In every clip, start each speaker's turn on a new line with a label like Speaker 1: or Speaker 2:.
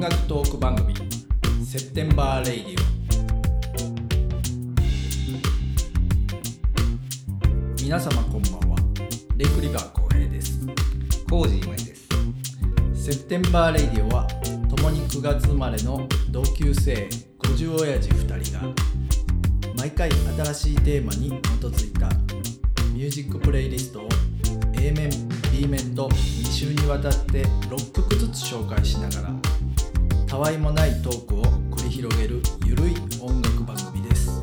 Speaker 1: 楽トーク番組「セプテンバー・レイディオ」皆様こんばんはレイクリバー浩平です
Speaker 2: コージーまいです。
Speaker 1: セプテンバー・レイディオは共に9月生まれの同級生50親父2人が毎回新しいテーマに基づいたミュージックプレイリストを A 面 B 面と2週にわたって6曲ずつ紹介しながらたわいもないトークを繰り広げるゆるい音楽番組です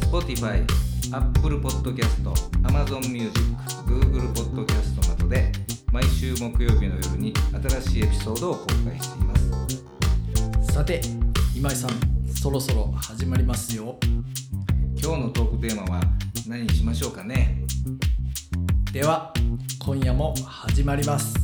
Speaker 2: Spotify、Apple Podcast、Amazon Music、Google Podcast などで毎週木曜日の夜に新しいエピソードを公開しています。
Speaker 1: さて今井さんそろそろ始まりますよ
Speaker 2: 今日のトークテーマは何にしましょうかね
Speaker 1: では今夜も始まります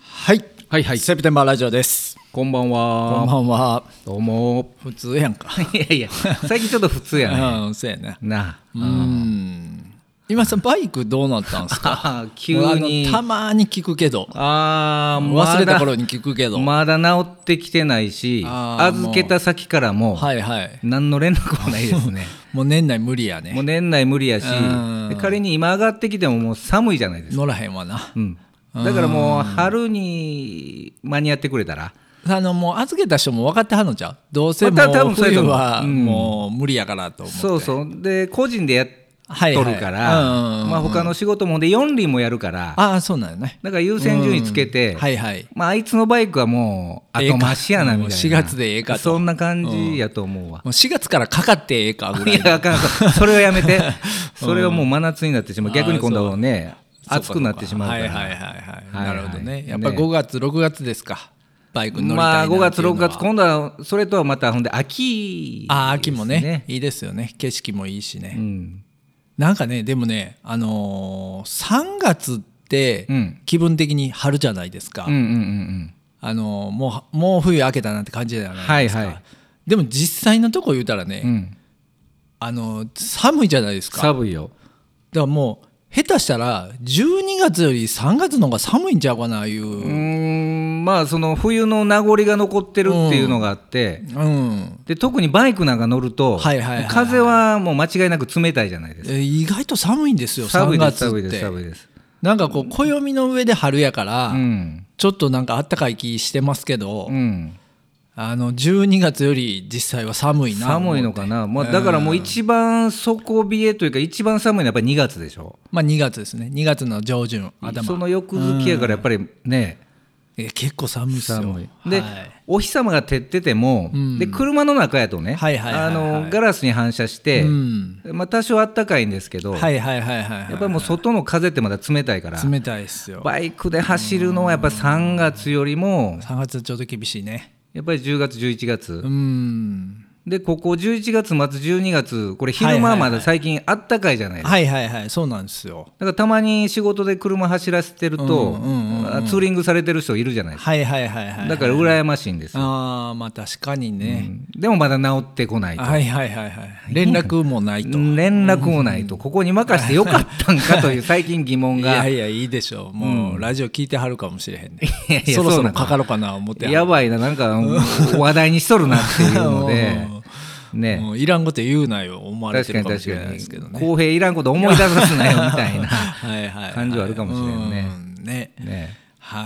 Speaker 1: はい、
Speaker 2: はいは
Speaker 1: セプテンバーラジオです
Speaker 2: こんば
Speaker 1: こん
Speaker 2: ん
Speaker 1: ば
Speaker 2: は。
Speaker 1: んは
Speaker 2: どうも。
Speaker 1: 普通やんか
Speaker 2: いやいや、最近ちょっと普通やね。
Speaker 1: うんそうやね
Speaker 2: なあ。
Speaker 1: うん今さバイクどうなったんですか
Speaker 2: あー急
Speaker 1: もうあ
Speaker 2: に
Speaker 1: の。たまに聞くけど
Speaker 2: あーまだ
Speaker 1: 忘れた頃に聞くけど、
Speaker 2: まだ治ってきてないし、
Speaker 1: あー
Speaker 2: 預けた先からも、
Speaker 1: はいはい
Speaker 2: 何の連絡もないです ね。
Speaker 1: もう年内無理や
Speaker 2: もう
Speaker 1: ね
Speaker 2: 年内無理やし
Speaker 1: うん
Speaker 2: で仮に今上がってきてももう寒いじゃないですか、
Speaker 1: 乗らへんわな
Speaker 2: うん、だからもう春に間に合ってくれたら
Speaker 1: あのもう預けた人も分かってはんのじゃうどうせも
Speaker 2: まあ多
Speaker 1: う
Speaker 2: 分そうや
Speaker 1: 冬
Speaker 2: と思う
Speaker 1: は
Speaker 2: うん
Speaker 1: もう無理やからと思って、
Speaker 2: そうそうで個人でやっ
Speaker 1: はい
Speaker 2: と
Speaker 1: はい
Speaker 2: るから、
Speaker 1: うんうんうん
Speaker 2: まあ、他の仕事もほんで4輪もやるから
Speaker 1: ああそうなんよね
Speaker 2: だから優先順位つけて、
Speaker 1: はいはい
Speaker 2: まあ、あいつのバイクはもう
Speaker 1: ええか
Speaker 2: 後回しやなみたいな、
Speaker 1: もう4月でええかと
Speaker 2: そんな感じやと思うわ、
Speaker 1: もう4月からかかってええかぐら
Speaker 2: い
Speaker 1: い
Speaker 2: やあかんあかんそれはや めてそれはもう真夏になってしまう逆に今度はね
Speaker 1: そうか
Speaker 2: 暑くなってしまうから、
Speaker 1: はいはいはいはい、
Speaker 2: はいはい
Speaker 1: なるほどねやっぱ
Speaker 2: ね
Speaker 1: 5月6月ですかバイクに乗り
Speaker 2: ま
Speaker 1: た
Speaker 2: あ
Speaker 1: いなっていう
Speaker 2: 5
Speaker 1: のは
Speaker 2: 月6月今度はそれとはまたほんで秋
Speaker 1: ああ秋もね
Speaker 2: です
Speaker 1: いいですよね景色もいいしね、
Speaker 2: うん
Speaker 1: なんかねでもねあのー、3月って
Speaker 2: うん
Speaker 1: 気分的に春じゃないですか、
Speaker 2: うんうんうん
Speaker 1: あのーもうもう冬明けたなって感じじゃ
Speaker 2: うん
Speaker 1: ない
Speaker 2: はい
Speaker 1: ですか、
Speaker 2: はい、
Speaker 1: でも実際のとこ言うたらね、
Speaker 2: うん、
Speaker 1: あの寒いじゃないですかだか
Speaker 2: 寒いよ
Speaker 1: らもう下手したら12月より3月の方が寒いんちゃうかないう、
Speaker 2: うーんまあその冬の名残が残ってるっていうのがあって、
Speaker 1: うん
Speaker 2: で特にバイクなんか乗ると、
Speaker 1: はいはいはいはい
Speaker 2: 風はもう間違いなく冷たいじゃないですか
Speaker 1: え意外と寒いんですよ
Speaker 2: 寒
Speaker 1: 3
Speaker 2: いで
Speaker 1: 月
Speaker 2: す寒い
Speaker 1: っ
Speaker 2: です
Speaker 1: て
Speaker 2: 寒いです
Speaker 1: なんかこう暦の上で春やから、
Speaker 2: うん
Speaker 1: ちょっとなんかあったかい気してますけど、
Speaker 2: うん
Speaker 1: あの12月より実際は寒いな
Speaker 2: 寒いのかな、まあ、だからもう一番底冷えというか一番寒いのはやっぱり2月でしょ
Speaker 1: まあ2月ですね2月の上旬頭
Speaker 2: その翌月やからやっぱりね、
Speaker 1: え結構寒いですよ
Speaker 2: 寒いで、
Speaker 1: はい
Speaker 2: お日様が照ってても、
Speaker 1: うん
Speaker 2: で車の中やとね
Speaker 1: はいはいはいはい
Speaker 2: あのガラスに反射して、
Speaker 1: うん
Speaker 2: まあ、多少あったかいんですけど、
Speaker 1: はいはいはいはいはい
Speaker 2: やっぱりもう外の風ってまだ冷たいから、
Speaker 1: 冷たいですよ
Speaker 2: バイクで走るのはやっぱ3月よりも
Speaker 1: 3月ちょっと厳しいね
Speaker 2: やっぱり10月11月、
Speaker 1: うん
Speaker 2: でここ11月末12月これ
Speaker 1: は
Speaker 2: 昼
Speaker 1: いは
Speaker 2: 間
Speaker 1: いは
Speaker 2: ま
Speaker 1: い
Speaker 2: だ最近あったかいじゃないですか、
Speaker 1: はいはいはいそうなんですよ
Speaker 2: だからたまに仕事で車走らせてると、
Speaker 1: うんうんうんうん
Speaker 2: あツーリングされてる人いるじゃないですか、
Speaker 1: はいはいはいはい
Speaker 2: だから羨ましいんですよ、
Speaker 1: ああまあ確かにね、
Speaker 2: でもまだ治ってこないと
Speaker 1: はいはいはいはい連絡もないと
Speaker 2: 連絡もないと、ここに任せてよかったん かという最近疑問
Speaker 1: い
Speaker 2: が
Speaker 1: やいやいいでしょうもう、ラジオ聞いてはるかもしれへんね
Speaker 2: いやいや
Speaker 1: そろ
Speaker 2: そ
Speaker 1: そう
Speaker 2: な
Speaker 1: ろ
Speaker 2: んか
Speaker 1: かかろうかな思ってはる
Speaker 2: やばいななんか 話題にしとるなっていうのでね
Speaker 1: もういらんこと言うなよ思われて
Speaker 2: 確か
Speaker 1: るかも
Speaker 2: に
Speaker 1: しれ
Speaker 2: 確
Speaker 1: ない
Speaker 2: か
Speaker 1: で
Speaker 2: に
Speaker 1: すけどね
Speaker 2: 公平いらんこと思い出すなよみたいな
Speaker 1: はいはいはい
Speaker 2: 感じはあるかもしれんね
Speaker 1: うんね
Speaker 2: ね
Speaker 1: は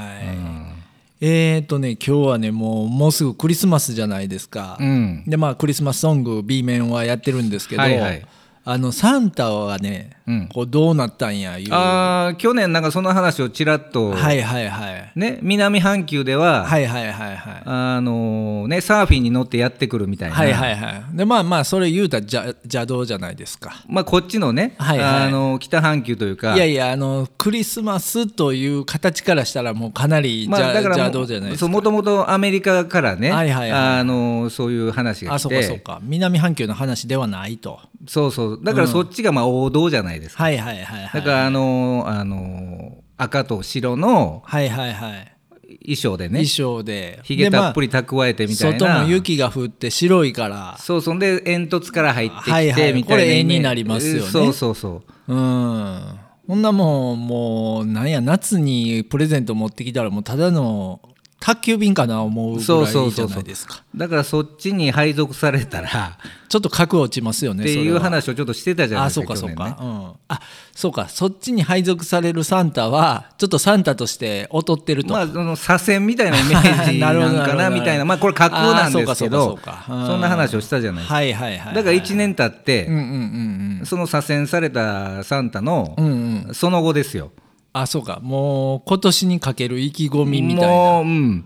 Speaker 1: い、えー、とね今日はねもうもうすぐクリスマスじゃないですか、
Speaker 2: うん
Speaker 1: でまあクリスマスソング B 面はやってるんですけど、
Speaker 2: はいはい
Speaker 1: あのサンタはね、
Speaker 2: うん
Speaker 1: こうどうなったんやいう
Speaker 2: あー去年なんかその話をちらっと、
Speaker 1: はいはいはい
Speaker 2: ね南半球では、
Speaker 1: はいはいはいはい
Speaker 2: あのねサーフィンに乗ってやってくるみたいな、
Speaker 1: はいはいはいでまあまあそれ言うたら邪邪道じゃないですか
Speaker 2: まあこっちのね、
Speaker 1: はいはい
Speaker 2: あの北半球というか
Speaker 1: いやいやあのクリスマスという形からしたらもうかなり
Speaker 2: ま
Speaker 1: 邪,、
Speaker 2: あ、だから
Speaker 1: 邪道
Speaker 2: も
Speaker 1: じゃないですか
Speaker 2: そうもともとアメリカからね、
Speaker 1: はいはいはい
Speaker 2: あのそういう話が
Speaker 1: あ
Speaker 2: 来
Speaker 1: そう
Speaker 2: て
Speaker 1: かそうか南半球の話ではないと
Speaker 2: そうそうだからそっちがまあ王道じゃないですか、
Speaker 1: はいはいはいはい
Speaker 2: だからあのあの赤と白の
Speaker 1: はいはいはい
Speaker 2: 衣装でね
Speaker 1: 衣装で
Speaker 2: ひげたっぷ
Speaker 1: り
Speaker 2: り蓄えてみたいな、
Speaker 1: 外も雪が降って白いから
Speaker 2: そうそんで煙突から入ってきてみたいな、
Speaker 1: はいはいこれ絵になりますよね
Speaker 2: そうそうそう
Speaker 1: うんこんなもんもうなんや夏にプレゼント持ってきたらもうただの宅急便かな思うぐ
Speaker 2: そう
Speaker 1: ら
Speaker 2: そう
Speaker 1: いじ
Speaker 2: そ
Speaker 1: ゃ
Speaker 2: うそ
Speaker 1: な
Speaker 2: う
Speaker 1: いですか
Speaker 2: だからそっちに配属されたら
Speaker 1: ちょっと格落ちますよ
Speaker 2: っ
Speaker 1: ね
Speaker 2: て
Speaker 1: そ
Speaker 2: い
Speaker 1: れ
Speaker 2: う
Speaker 1: は
Speaker 2: 話をちょっとしてたじゃない
Speaker 1: あ
Speaker 2: です
Speaker 1: そう
Speaker 2: か
Speaker 1: かそうか、
Speaker 2: 去年ね
Speaker 1: うん、あそうかそっちに配属されるサンタはちょっとサンタとして劣ってると、
Speaker 2: まあその左遷みたいなイメー ジ
Speaker 1: なるほ
Speaker 2: な
Speaker 1: ど
Speaker 2: んか
Speaker 1: なる
Speaker 2: な
Speaker 1: ほど
Speaker 2: みたいなまあこれ架空なんで
Speaker 1: あ
Speaker 2: すけ
Speaker 1: ーそ
Speaker 2: ど
Speaker 1: うかそうかそうかうん
Speaker 2: そんな話をしたじゃないですか
Speaker 1: はいはいはい
Speaker 2: だから1年経って、
Speaker 1: うんうんうん
Speaker 2: その左遷されたサンタの、
Speaker 1: うんうんうん
Speaker 2: その後ですよ。
Speaker 1: あそうかもう今年にかける意気込みみたいな
Speaker 2: もう、うん、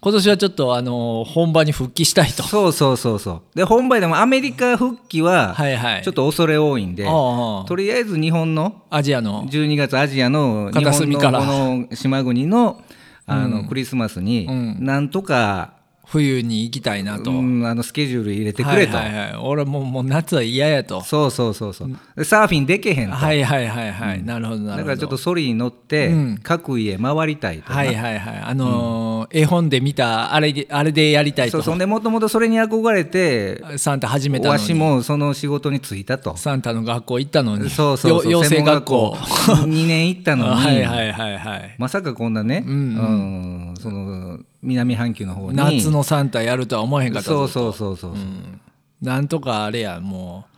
Speaker 1: 今年はちょっとあの本場に復帰したいと
Speaker 2: そうそうそうそう。で本場でもアメリカ復帰は
Speaker 1: はいはい
Speaker 2: ちょっと恐れ多いんで、
Speaker 1: ああああ
Speaker 2: とりあえず日本の
Speaker 1: アジアの
Speaker 2: 12月アジアの日
Speaker 1: 片
Speaker 2: 本
Speaker 1: 隅
Speaker 2: の
Speaker 1: か
Speaker 2: こ
Speaker 1: ら
Speaker 2: の島国のあのクリスマスに
Speaker 1: うん
Speaker 2: なんとか、
Speaker 1: 冬に行きたいなと、
Speaker 2: うんあのスケジュール入れてくれと。
Speaker 1: はいはいはい、俺もうもう夏は嫌やと
Speaker 2: そうそうそうそう。でサーフィンでけへんと。
Speaker 1: はいはいはいはい、なるほどなる
Speaker 2: だか
Speaker 1: ほど
Speaker 2: らちょっとソリに乗って
Speaker 1: うん
Speaker 2: 各家回りたいと。
Speaker 1: はいはいはいあのー絵本で見たあれであれでやりたい
Speaker 2: そ
Speaker 1: と
Speaker 2: うそんでもともとそれに憧れて
Speaker 1: サンタ始めたの
Speaker 2: わし
Speaker 1: に
Speaker 2: もその仕事に就いたと。
Speaker 1: サンタの学校行ったのに
Speaker 2: そうそうそう。
Speaker 1: よ養成学校
Speaker 2: 2年行ったのに、
Speaker 1: はいはいはいはい
Speaker 2: まさかこんなね、うんその南半球の方に。
Speaker 1: 夏のサンタやるとは思えへんかった
Speaker 2: そ
Speaker 1: ぞ
Speaker 2: うそうそうそう。
Speaker 1: なんとかあれやもう、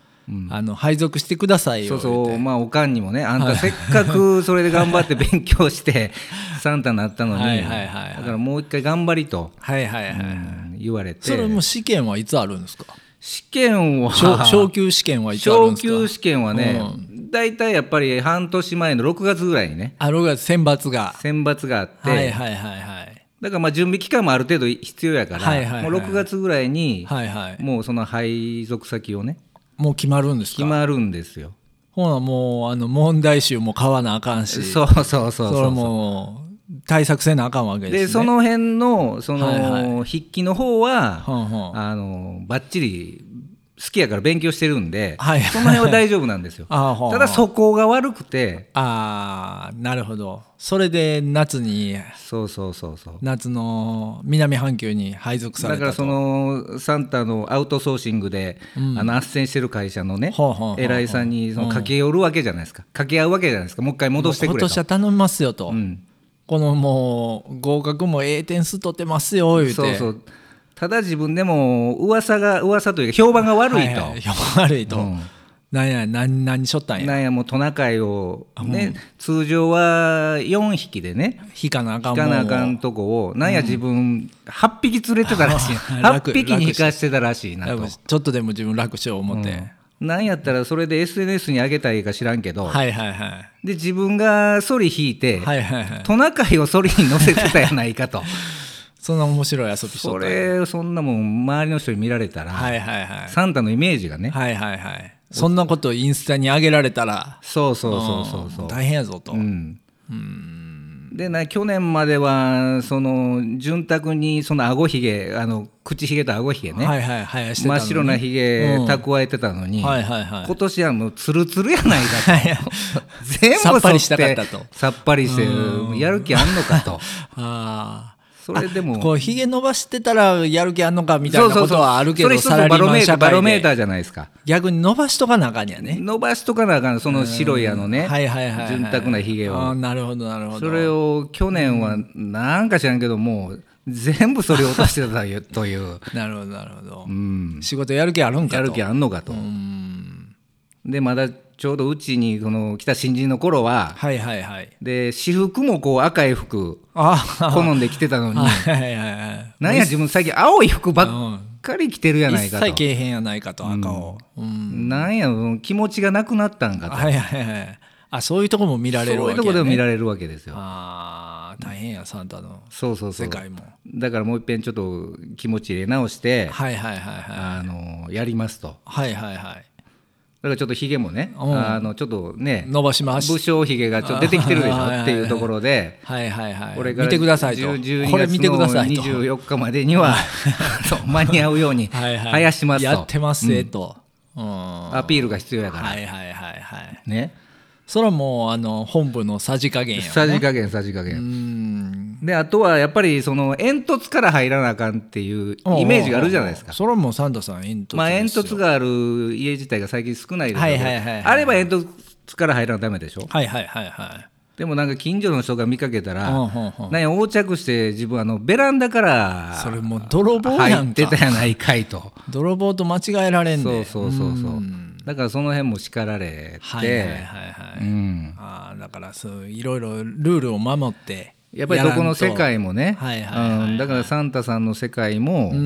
Speaker 1: あの配属してください
Speaker 2: そ
Speaker 1: よ
Speaker 2: うそうまあおかんにもねあんたせっかくそれで頑張って勉 強してサンタになったのに
Speaker 1: はい
Speaker 2: だ
Speaker 1: はいはいはい
Speaker 2: からもう一回頑張りと
Speaker 1: はいはいはい、
Speaker 2: うん言われ
Speaker 1: それ
Speaker 2: て
Speaker 1: も試験はいつあるんですか
Speaker 2: 試験は
Speaker 1: 昇昇級試験はいつあるん
Speaker 2: 昇
Speaker 1: ですか
Speaker 2: 級試験はね大体やっぱり半年前の6月ぐらいにね
Speaker 1: あ6月選抜が
Speaker 2: 選抜があって、
Speaker 1: はいはいはいはい
Speaker 2: だからまあ準備期間もある程度必要やから、
Speaker 1: はいはいはい
Speaker 2: もう6月ぐらいに
Speaker 1: はいはい
Speaker 2: もうその配属先をね
Speaker 1: もう決まるんです
Speaker 2: 決
Speaker 1: か
Speaker 2: まるんですよ。
Speaker 1: ほなもうあの問題集も買わなあかんし
Speaker 2: そうそうそうそう
Speaker 1: それもう対策せなあかんわけですね
Speaker 2: でその辺のその、
Speaker 1: はい
Speaker 2: 筆記の方は、
Speaker 1: はんはん
Speaker 2: あのばっちり好きやから勉強してるんで、
Speaker 1: はい。
Speaker 2: その辺は大丈夫なんですよ
Speaker 1: あーほんほん
Speaker 2: ただそこが悪くて
Speaker 1: あーなるほどそれで夏に
Speaker 2: そうそうそうそう
Speaker 1: 夏の南半球に配属され
Speaker 2: だ
Speaker 1: た
Speaker 2: か
Speaker 1: と
Speaker 2: らそのサンタのアウトソーシングで、あの斡旋してる会社のね、
Speaker 1: ほうほうほうほう
Speaker 2: 偉いさんにその駆け寄るわけじゃないですか掛け合うわけじゃないですかもう一回戻してく
Speaker 1: 今
Speaker 2: れと
Speaker 1: 年は頼みますよと、
Speaker 2: うん
Speaker 1: このもう合格もええ点数取ってますよ言うて
Speaker 2: そうそうただ自分でも噂が噂というか評判が悪いと、
Speaker 1: はいはい評判悪いと、
Speaker 2: うん
Speaker 1: なんや何何しょったんや
Speaker 2: なんやもうトナカイをね、通常は4匹でね
Speaker 1: 引かなあかんもんを
Speaker 2: 引かなあかんとこをなんや自分8匹連れてたらしい
Speaker 1: 楽
Speaker 2: 8匹に引かしてたらしいな
Speaker 1: 多
Speaker 2: と
Speaker 1: 分ちょっとでも自分楽しよう思って、
Speaker 2: なんやったらそれで SNS に上げたいか知らんけど、
Speaker 1: はいはいはい
Speaker 2: で自分がソリ引いて、
Speaker 1: はいはいはい
Speaker 2: トナカイをソリに乗せてたやない かと
Speaker 1: そんな面白い遊びしと
Speaker 2: そ
Speaker 1: ったんや
Speaker 2: れそんなもん周りの人に見られたら、
Speaker 1: はいはいはい
Speaker 2: サンタのイメージがね、
Speaker 1: はいはいはいそんなことインスタに上げられたら
Speaker 2: そうそうそうそうそう
Speaker 1: うん大変やぞと、
Speaker 2: うんでな去年まではその潤沢にその顎ひげあの口ひげと顎ひげね、
Speaker 1: はいはい生やしてたの
Speaker 2: 真っ
Speaker 1: に
Speaker 2: 白なひげ
Speaker 1: うん
Speaker 2: 蓄えてたのに、
Speaker 1: はいはいはい
Speaker 2: 今年はもうツルツルやない かと全部剃
Speaker 1: さっぱりしたかったと
Speaker 2: さっぱりしてやる気あんの かと
Speaker 1: あ
Speaker 2: それで
Speaker 1: あ
Speaker 2: も
Speaker 1: こうひげ伸ばしてたらやる気あんのかみたいなことはあるけど
Speaker 2: それ一つのバロメーターバロメータ
Speaker 1: ー
Speaker 2: ーじゃないですか
Speaker 1: 逆に伸ばしとかなあかんやね
Speaker 2: 伸ばしとかなあかんその白いあのね
Speaker 1: はいはいはいはい
Speaker 2: 潤沢なひげを
Speaker 1: あーなるほどなるほど
Speaker 2: それを去年はなんか知らんけどもう全部それを落としてたよと いう、
Speaker 1: なるほどなるほど、
Speaker 2: うん、
Speaker 1: 仕事やる気あるんか
Speaker 2: や
Speaker 1: と
Speaker 2: る気あんのかと。でまだちょうどうちにこの来た新人の頃は
Speaker 1: はいはいはい
Speaker 2: で私服もこう赤い服
Speaker 1: あ
Speaker 2: 好んで着てたのに
Speaker 1: あはいはいはい
Speaker 2: なんや自分最近青い服ばっかり着てるやない
Speaker 1: 一
Speaker 2: か
Speaker 1: 切
Speaker 2: と
Speaker 1: けえへんやないかと赤を、うん
Speaker 2: なんや気持ちがなくなったんかと
Speaker 1: はいはいはいあそういうとこも見ら
Speaker 2: そ
Speaker 1: れる
Speaker 2: うい
Speaker 1: わ
Speaker 2: う
Speaker 1: け
Speaker 2: とこ
Speaker 1: や、
Speaker 2: で
Speaker 1: ね、
Speaker 2: も見られるわけですよ
Speaker 1: あー大変やサンタの
Speaker 2: そうそうそう
Speaker 1: 世界も
Speaker 2: だからもう一遍ちょっと気持ち入れ直して
Speaker 1: はいはいはいはい
Speaker 2: あのやりますと
Speaker 1: はいはいはい
Speaker 2: だからちょっとひげもね、
Speaker 1: うん
Speaker 2: あのちょっとね、
Speaker 1: 伸ばします
Speaker 2: 武将ひげがちょっと出てき てるでし
Speaker 1: あ
Speaker 2: ょ
Speaker 1: ー
Speaker 2: っていうところで、
Speaker 1: はいはいはい
Speaker 2: 俺が
Speaker 1: 見てくださいと
Speaker 2: 10 12
Speaker 1: これ見てくださいと
Speaker 2: 月の24日までにはそう 間に合うように
Speaker 1: はいはい
Speaker 2: 生やしますと、
Speaker 1: やってますえと、うん
Speaker 2: アピールが必要やから、
Speaker 1: はいはいはいはい
Speaker 2: ね、
Speaker 1: それはもうあの本部のさじ加減や
Speaker 2: さじ加減さじ加
Speaker 1: う
Speaker 2: 減。
Speaker 1: ん
Speaker 2: であとはやっぱりその煙突から入らなあかんっていうイメージがあるじゃないですか。
Speaker 1: それはもうサンタさん煙突ですよ
Speaker 2: まあ、煙突がある家自体が最近少ないですけど、
Speaker 1: はいはいはいはい
Speaker 2: あれば煙突力入らなダメでしょ
Speaker 1: はいはいはいはい
Speaker 2: でもなんか近所の人が見かけたら、
Speaker 1: うんうんうん
Speaker 2: なんや横着して自分あのベランダから
Speaker 1: それもう泥棒や
Speaker 2: 入っ
Speaker 1: ん
Speaker 2: て
Speaker 1: か
Speaker 2: たやないかいと
Speaker 1: 泥棒と間違えられん
Speaker 2: そう
Speaker 1: で
Speaker 2: そうそうそうだからその辺も叱られて、
Speaker 1: はいはいはいはい、
Speaker 2: うん、
Speaker 1: ああだからそういろいろルールを守って
Speaker 2: やっぱりどこの世
Speaker 1: やらん
Speaker 2: 界もね
Speaker 1: はいはいはいはい
Speaker 2: うんだからサンタさんの世界も、
Speaker 1: とうん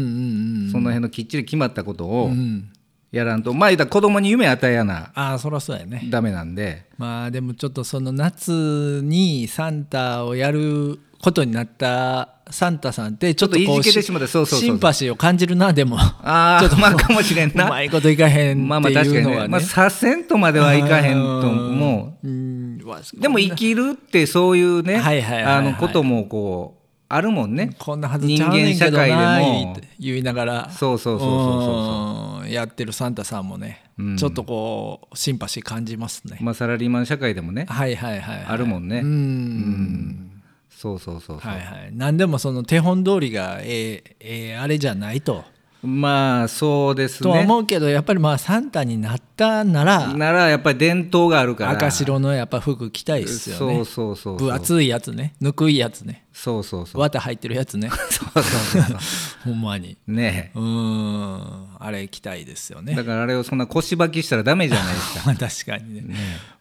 Speaker 1: うん
Speaker 2: その辺のきっちり決まったことを
Speaker 1: うんうん
Speaker 2: やらんと、まあ言うたら子供に夢与えやな
Speaker 1: ああそらそうやね
Speaker 2: ダメなんで
Speaker 1: まあでもちょっとその夏にサンタをやることになったサンタさんってちょっとこ
Speaker 2: ちょっといじけて
Speaker 1: し
Speaker 2: しまってそうそうそう
Speaker 1: シンパシーを感じるなでも
Speaker 2: あ
Speaker 1: ちょっ
Speaker 2: あ
Speaker 1: と
Speaker 2: まあかもしれん
Speaker 1: う
Speaker 2: な
Speaker 1: まいこといかへん
Speaker 2: まあ
Speaker 1: っ
Speaker 2: ま
Speaker 1: て
Speaker 2: あ確か
Speaker 1: いう
Speaker 2: に
Speaker 1: の
Speaker 2: ね
Speaker 1: は
Speaker 2: まあ
Speaker 1: ね
Speaker 2: 左遷とまではいかへんと思う
Speaker 1: うんわ
Speaker 2: でも生きるってそういうね
Speaker 1: はいはいはいはい
Speaker 2: あのこともこうあるもんね
Speaker 1: こんなはずちゃうねんけどな
Speaker 2: 人間社会でも
Speaker 1: 言い言いながら
Speaker 2: そうそうそうそうそう
Speaker 1: うんやってるサンタさんもね、
Speaker 2: うん
Speaker 1: ちょっとこうシンパシー感じますね、
Speaker 2: まあサラリーマン社会でもね
Speaker 1: はいはいはい、はい、
Speaker 2: あるもんね
Speaker 1: うん
Speaker 2: そうそうそうそう
Speaker 1: はいはい何でもその手本通りがええええあれじゃないと、
Speaker 2: まあそうです
Speaker 1: とは
Speaker 2: ね
Speaker 1: 思うけどやっぱりまあサンタになったなら
Speaker 2: ならやっぱり伝統があるから
Speaker 1: 赤白のやっぱ服着たいですよ
Speaker 2: そ
Speaker 1: ね
Speaker 2: うそうそう
Speaker 1: 分厚いやつねぬくいやつね
Speaker 2: そうそうそう
Speaker 1: 綿入ってるやつね
Speaker 2: そうそうそう
Speaker 1: ほんまに
Speaker 2: ね
Speaker 1: うーんあれ着たいですよ
Speaker 2: え
Speaker 1: ね
Speaker 2: だからあれをそんな腰ばきしたらダメじゃないですか
Speaker 1: まあ 確かにね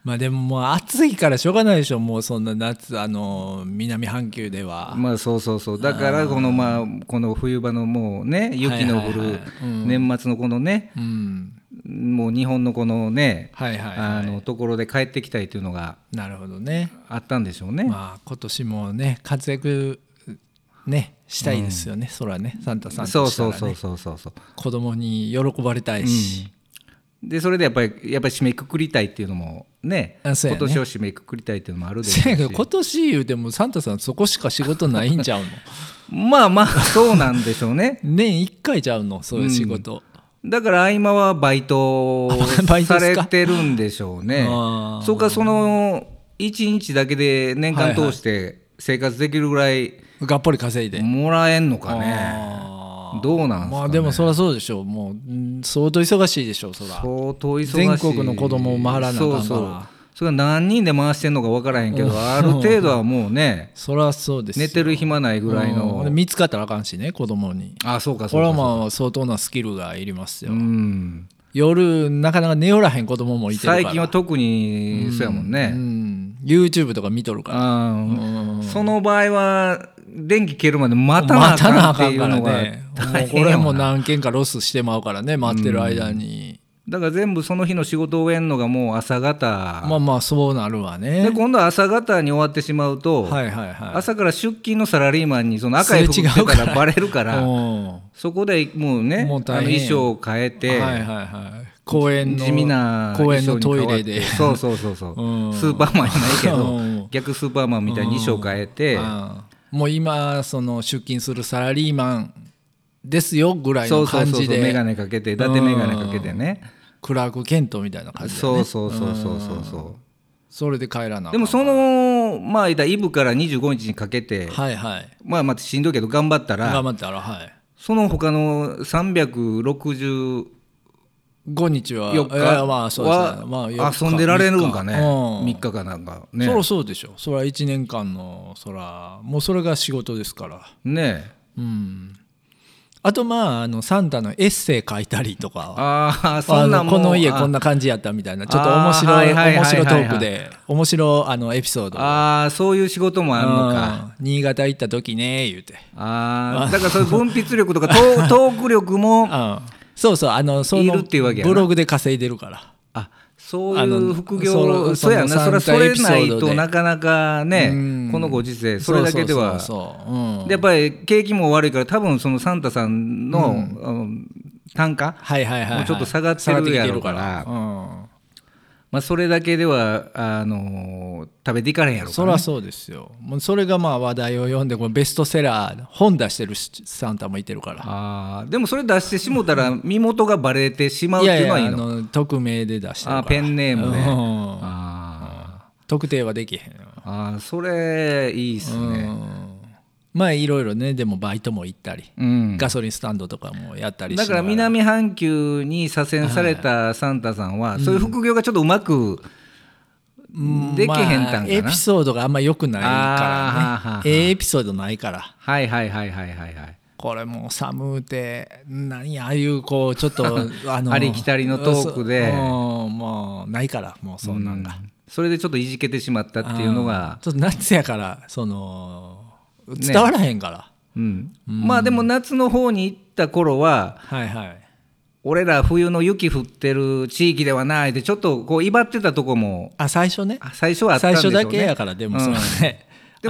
Speaker 1: まあでももう暑いからしょうがないでしょもうそんな夏あの南半球では、
Speaker 2: まあそうそうそうだからこのまあこの冬場のもうね雪の降
Speaker 1: はいはい
Speaker 2: る
Speaker 1: は
Speaker 2: 年末のこのね
Speaker 1: うん
Speaker 2: もう日本のこのね
Speaker 1: はいはい
Speaker 2: あ
Speaker 1: は
Speaker 2: のところで帰ってきたいというのが
Speaker 1: いなるほどね
Speaker 2: あったんでしょうね。
Speaker 1: まあ今年もね活躍ねしたいですよね、それはねサンタさんとした
Speaker 2: そ
Speaker 1: ら、
Speaker 2: う
Speaker 1: ね、
Speaker 2: そうそうそうそうそう。
Speaker 1: 子供に喜ばれたいし、
Speaker 2: でそれでやっぱりやっぱり締めくくりたいっていうのもね
Speaker 1: あそうや
Speaker 2: 今
Speaker 1: ね
Speaker 2: 年を締めくくりたいっていうのもあるでしょう
Speaker 1: せやけど
Speaker 2: し
Speaker 1: 今年言うてもサンタさんそこしか仕事ないんちゃうの
Speaker 2: まあまあそうなんでしょうね
Speaker 1: 年1回ちゃうのそういう仕事、
Speaker 2: だから合間はバイトを
Speaker 1: バイト
Speaker 2: さ
Speaker 1: っす
Speaker 2: れ
Speaker 1: か
Speaker 2: てるんでしょうね
Speaker 1: あー
Speaker 2: そうかその1日だけで年間通して生活できるぐらい
Speaker 1: がっぽり稼いで、
Speaker 2: もらえんのかね、
Speaker 1: あー
Speaker 2: どうなんすかね
Speaker 1: まあでもそりゃそうでしょうもうん相当忙しいでしょうそら
Speaker 2: 相当忙しい
Speaker 1: 全国の子供を回らなあかんから
Speaker 2: そうそうそれが何人で回してんのか分からへんけどある程度はもうね
Speaker 1: そりゃそうですよ
Speaker 2: 寝てる暇ないぐらい
Speaker 1: うん
Speaker 2: の
Speaker 1: で見つかったらあかんしね子供に
Speaker 2: あそうか
Speaker 1: こ
Speaker 2: そう
Speaker 1: れ
Speaker 2: か
Speaker 1: はまあ相当なスキルがいりますよ、
Speaker 2: うん
Speaker 1: 夜なかなか寝よらへん子供もいてるから
Speaker 2: 最近は特にそうやもん
Speaker 1: う
Speaker 2: ね、
Speaker 1: ん YouTube とか見とるから
Speaker 2: あーその場合は電気消えるまで待たなあ
Speaker 1: 待たな
Speaker 2: かん
Speaker 1: あ
Speaker 2: って
Speaker 1: かん
Speaker 2: いう
Speaker 1: から
Speaker 2: のが
Speaker 1: ねも
Speaker 2: 大
Speaker 1: うこ
Speaker 2: 変
Speaker 1: れ
Speaker 2: や
Speaker 1: も
Speaker 2: もんな
Speaker 1: 何件かロスしてまうからね待ってる間に、
Speaker 2: だから全部その日の仕事を終えんのがもう朝方、
Speaker 1: まあまあそうなるわね
Speaker 2: で今度は朝方に終わってしまうと、
Speaker 1: はいはいはい
Speaker 2: 朝から出勤のサラリーマンにその赤い服着てたらバレるから
Speaker 1: うん
Speaker 2: そこでもうね
Speaker 1: もう
Speaker 2: あの
Speaker 1: 大変
Speaker 2: 衣装を変えて、
Speaker 1: はいはいはい公園の
Speaker 2: 地味な
Speaker 1: 公園のト
Speaker 2: 衣装に
Speaker 1: イ
Speaker 2: 変わっ
Speaker 1: レで
Speaker 2: てそうそうそうそう、
Speaker 1: うん
Speaker 2: スーパーマンじゃないけど、
Speaker 1: うん
Speaker 2: 逆スーパーマンみたいに衣装変えて、
Speaker 1: あーもう今その出勤するサラリーマンですよぐらい
Speaker 2: そ
Speaker 1: の
Speaker 2: うそう
Speaker 1: 感
Speaker 2: そう
Speaker 1: じ
Speaker 2: そう眼
Speaker 1: で
Speaker 2: 鏡かけて伊達眼鏡かけてね、
Speaker 1: クラーク・ケントみたいな感じで、ね、
Speaker 2: そうそうそうそうそうそう
Speaker 1: それで帰らなあかん
Speaker 2: でもそのまあ言ったらイブから25日にかけて、
Speaker 1: はいはい
Speaker 2: まあまたしんどいけど頑張ったら
Speaker 1: 頑張ったらはい
Speaker 2: その他の360
Speaker 1: 5日は
Speaker 2: 4日
Speaker 1: いやまあそうですねまあ四
Speaker 2: は
Speaker 1: 日
Speaker 2: 遊んでられるんかね
Speaker 1: うん
Speaker 2: 3日かなんか
Speaker 1: そ
Speaker 2: ね
Speaker 1: らそうでしょそら1年間のそらもうそれが仕事ですから
Speaker 2: ね
Speaker 1: うんあとまああのサンタのエッセイ書いたりとかは
Speaker 2: ああそんな
Speaker 1: あ
Speaker 2: も
Speaker 1: の
Speaker 2: ん
Speaker 1: この家
Speaker 2: あ
Speaker 1: こんな感じやったみたいなちょっと面
Speaker 2: あーは
Speaker 1: 白い
Speaker 2: いはいはいはい
Speaker 1: 面白トークで面白あのエピソードを
Speaker 2: あーそういう仕事もあるのか
Speaker 1: うん新潟行った時ね言うて
Speaker 2: ああだからそういう分泌力と かトートーク力も
Speaker 1: うんそうそうあのそ
Speaker 2: い
Speaker 1: の
Speaker 2: るっていうわけやな
Speaker 1: ブログで稼いでるから
Speaker 2: あそう
Speaker 1: あ
Speaker 2: い
Speaker 1: の
Speaker 2: う副
Speaker 1: そ
Speaker 2: 業
Speaker 1: う
Speaker 2: そうやな
Speaker 1: そ
Speaker 2: そ
Speaker 1: の
Speaker 2: れそれ
Speaker 1: サンタ
Speaker 2: な
Speaker 1: エピ
Speaker 2: い
Speaker 1: ソードで
Speaker 2: となかなか
Speaker 1: う
Speaker 2: ね
Speaker 1: ん
Speaker 2: このご時世それだけでは
Speaker 1: そうそうそうそううん
Speaker 2: でやっぱり景気も悪いから多分そのサンタさんの、あの単価、
Speaker 1: はいはいはいはい
Speaker 2: もうちょっと下がってるやろから
Speaker 1: 下がってきてるからうん
Speaker 2: まあ、それだけではあの食べていかれへんやろ
Speaker 1: そ
Speaker 2: から
Speaker 1: そうですよもうそれがまあ話題を読んでこのベストセラー本出してるサンタもいてるから
Speaker 2: あーでもそれ出してしもたら身元がバレてしまうっ
Speaker 1: い
Speaker 2: て
Speaker 1: や
Speaker 2: い
Speaker 1: いう
Speaker 2: の
Speaker 1: や
Speaker 2: はいい
Speaker 1: あ
Speaker 2: の
Speaker 1: の匿名で出してるから
Speaker 2: あペンネームね
Speaker 1: うん
Speaker 2: あ
Speaker 1: 特定はできへんよ
Speaker 2: ーあーそれいいっすね
Speaker 1: まあいろいろねでもバイトも行ったり、
Speaker 2: うん
Speaker 1: ガソリンスタンドとかもやったりし
Speaker 2: だから
Speaker 1: なが
Speaker 2: 南半球に左遷されたサンタさんは、そういう副業がちょっとうまく
Speaker 1: うん
Speaker 2: できへんたんかな
Speaker 1: まあエピソードがあんま良くない
Speaker 2: あーは
Speaker 1: か
Speaker 2: はは
Speaker 1: らねええエピソードないから
Speaker 2: はいはいはいはいはいはい
Speaker 1: これもう寒うて何ああいうこうちょっ とあの
Speaker 2: ありきたりのトークで
Speaker 1: そううんもうないからもうそんなんが、
Speaker 2: それでちょっといじけてしまったっていうのが、
Speaker 1: ちょっと夏やからその伝わらへんから、
Speaker 2: うんまあでも夏の方に行った頃は
Speaker 1: はいはい
Speaker 2: 俺ら冬の雪降ってる地域ではないでちょっとこう威張ってたとこも
Speaker 1: あ最初ね
Speaker 2: あ最初はあったん
Speaker 1: 最
Speaker 2: でし
Speaker 1: 初
Speaker 2: ょうね
Speaker 1: だけやからでも
Speaker 2: うん
Speaker 1: それね、
Speaker 2: で